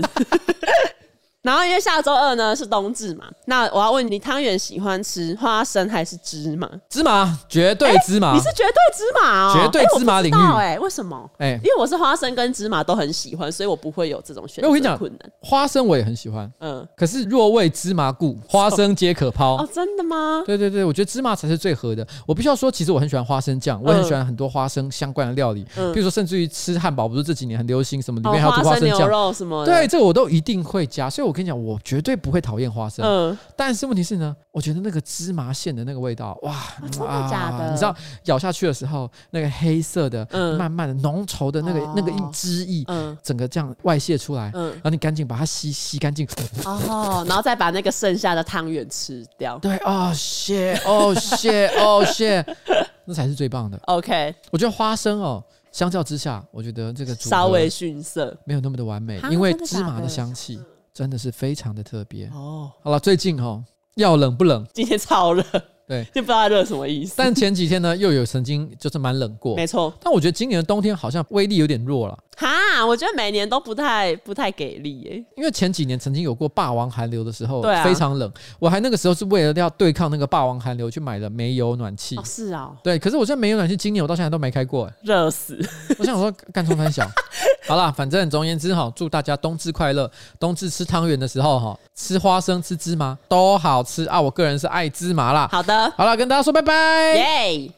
Speaker 2: 然后因为下周二呢是冬至嘛，那我要问你，汤圆喜欢吃花生还是芝麻？
Speaker 1: 芝麻绝对芝麻
Speaker 2: 你，是绝对芝麻哦，
Speaker 1: 绝对
Speaker 2: 哎我
Speaker 1: 芝麻
Speaker 2: 不知
Speaker 1: 领域
Speaker 2: 道哎、为什么？
Speaker 1: 哎、
Speaker 2: 因为我是花生跟芝麻都很喜欢，所以我不会有这种选
Speaker 1: 没有我跟你
Speaker 2: 择
Speaker 1: 讲
Speaker 2: 困难。
Speaker 1: 花生我也很喜欢，
Speaker 2: 嗯，
Speaker 1: 可是若为芝麻故，花生皆可抛。
Speaker 2: 哦，真的吗？
Speaker 1: 对对对，我觉得芝麻才是最合的。我必须要说，其实我很喜欢花生酱，我也很喜欢很多花生相关的料理，
Speaker 2: 嗯
Speaker 1: 比如说甚至于吃汉堡，不是这几年很流行什么里
Speaker 2: 哦，
Speaker 1: 面还有涂花
Speaker 2: 生
Speaker 1: 生
Speaker 2: 牛
Speaker 1: 酱。
Speaker 2: 肉嗯什么的？
Speaker 1: 对，，这个我都一定会加，所以我跟你讲，我绝对不会讨厌花生。
Speaker 2: 嗯，
Speaker 1: 但是问题是呢，我觉得那个芝麻馅的那个味道，哇，
Speaker 2: 真的假的
Speaker 1: 啊你知道咬下去的时候，那个黑色的、
Speaker 2: 嗯
Speaker 1: 慢慢的浓稠的那个、
Speaker 2: 哦
Speaker 1: 那个一汁液，
Speaker 2: 嗯
Speaker 1: 整个这样外泄出来，
Speaker 2: 嗯
Speaker 1: 然后你赶紧把它吸吸干净。
Speaker 2: 哦，然后再把那个剩下的汤圆吃掉。
Speaker 1: 对，哦，谢，哦，谢，哦，谢，那才是最棒的。
Speaker 2: OK，
Speaker 1: 我觉得花生哦，相较之下，我觉得这个组合
Speaker 2: 稍微逊色。
Speaker 1: 没有那么的完美
Speaker 2: 哈，
Speaker 1: 因为
Speaker 2: 真的假
Speaker 1: 芝
Speaker 2: 的
Speaker 1: 麻的香气真的是非常的特别。
Speaker 2: 哦，
Speaker 1: 好了，最近哦，要冷不冷？
Speaker 2: 今天超热，
Speaker 1: 对
Speaker 2: [laughs] 就不知道热什么意思。
Speaker 1: 但前几天呢，又有曾经就是蛮冷过
Speaker 2: 没。错，
Speaker 1: 但我觉得今年的冬天好像威力有点弱了，
Speaker 2: 哈，我觉得每年都不太不太给力耶、
Speaker 1: 因为前几年曾经有过霸王寒流的时候，
Speaker 2: 对啊
Speaker 1: 非常冷。我还那个时候是为了要对抗那个霸王寒流去买了煤油暖气
Speaker 2: 哦，，是啊、哦，
Speaker 1: 对。可是我现在煤油暖气今年我到现在都没开过、哎
Speaker 2: 热死。
Speaker 1: 我想说干冲三小。 [laughs] 好啦，反正总而言之哈，祝大家冬至快乐！冬至吃汤圆的时候哈，吃花生、吃芝麻都好吃啊。我个人是爱芝麻啦。
Speaker 2: 好的，
Speaker 1: 好啦，跟大家说拜拜。
Speaker 2: 耶、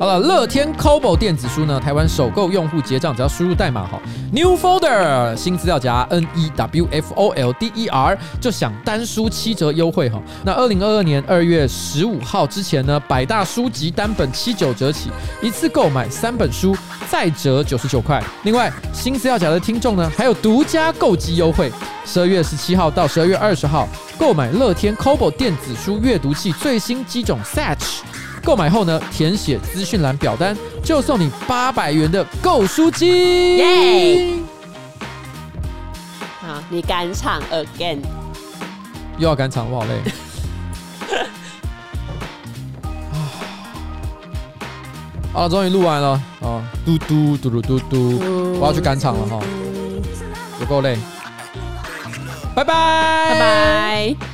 Speaker 1: 好了，乐天 Kobo 电子书呢，台湾首购用户结账只要输入代码哈，New Folder 新资料夹 N E W F O L D E R 就享单书七折优惠哈。那二零二二年二月十五号之前呢，百大书籍单本七九折起，一次购买三本书再折九十九块。另外，新资料夹的听众呢，还有独家购机优惠，十二月十七号到十二月二十号购买乐天 Kobo 电子书阅读器最新机种 Satch。购买后呢，填写资讯栏表单，就送你八百元的购书机。
Speaker 2: 耶好，你敢唱 again？
Speaker 1: 又要赶场，我好累。 [laughs] 啊，好了终于录完了哦，嘟嘟嘟嘟嘟嘟，我要去赶哦场了哈、有够累，拜拜，拜
Speaker 2: 拜拜。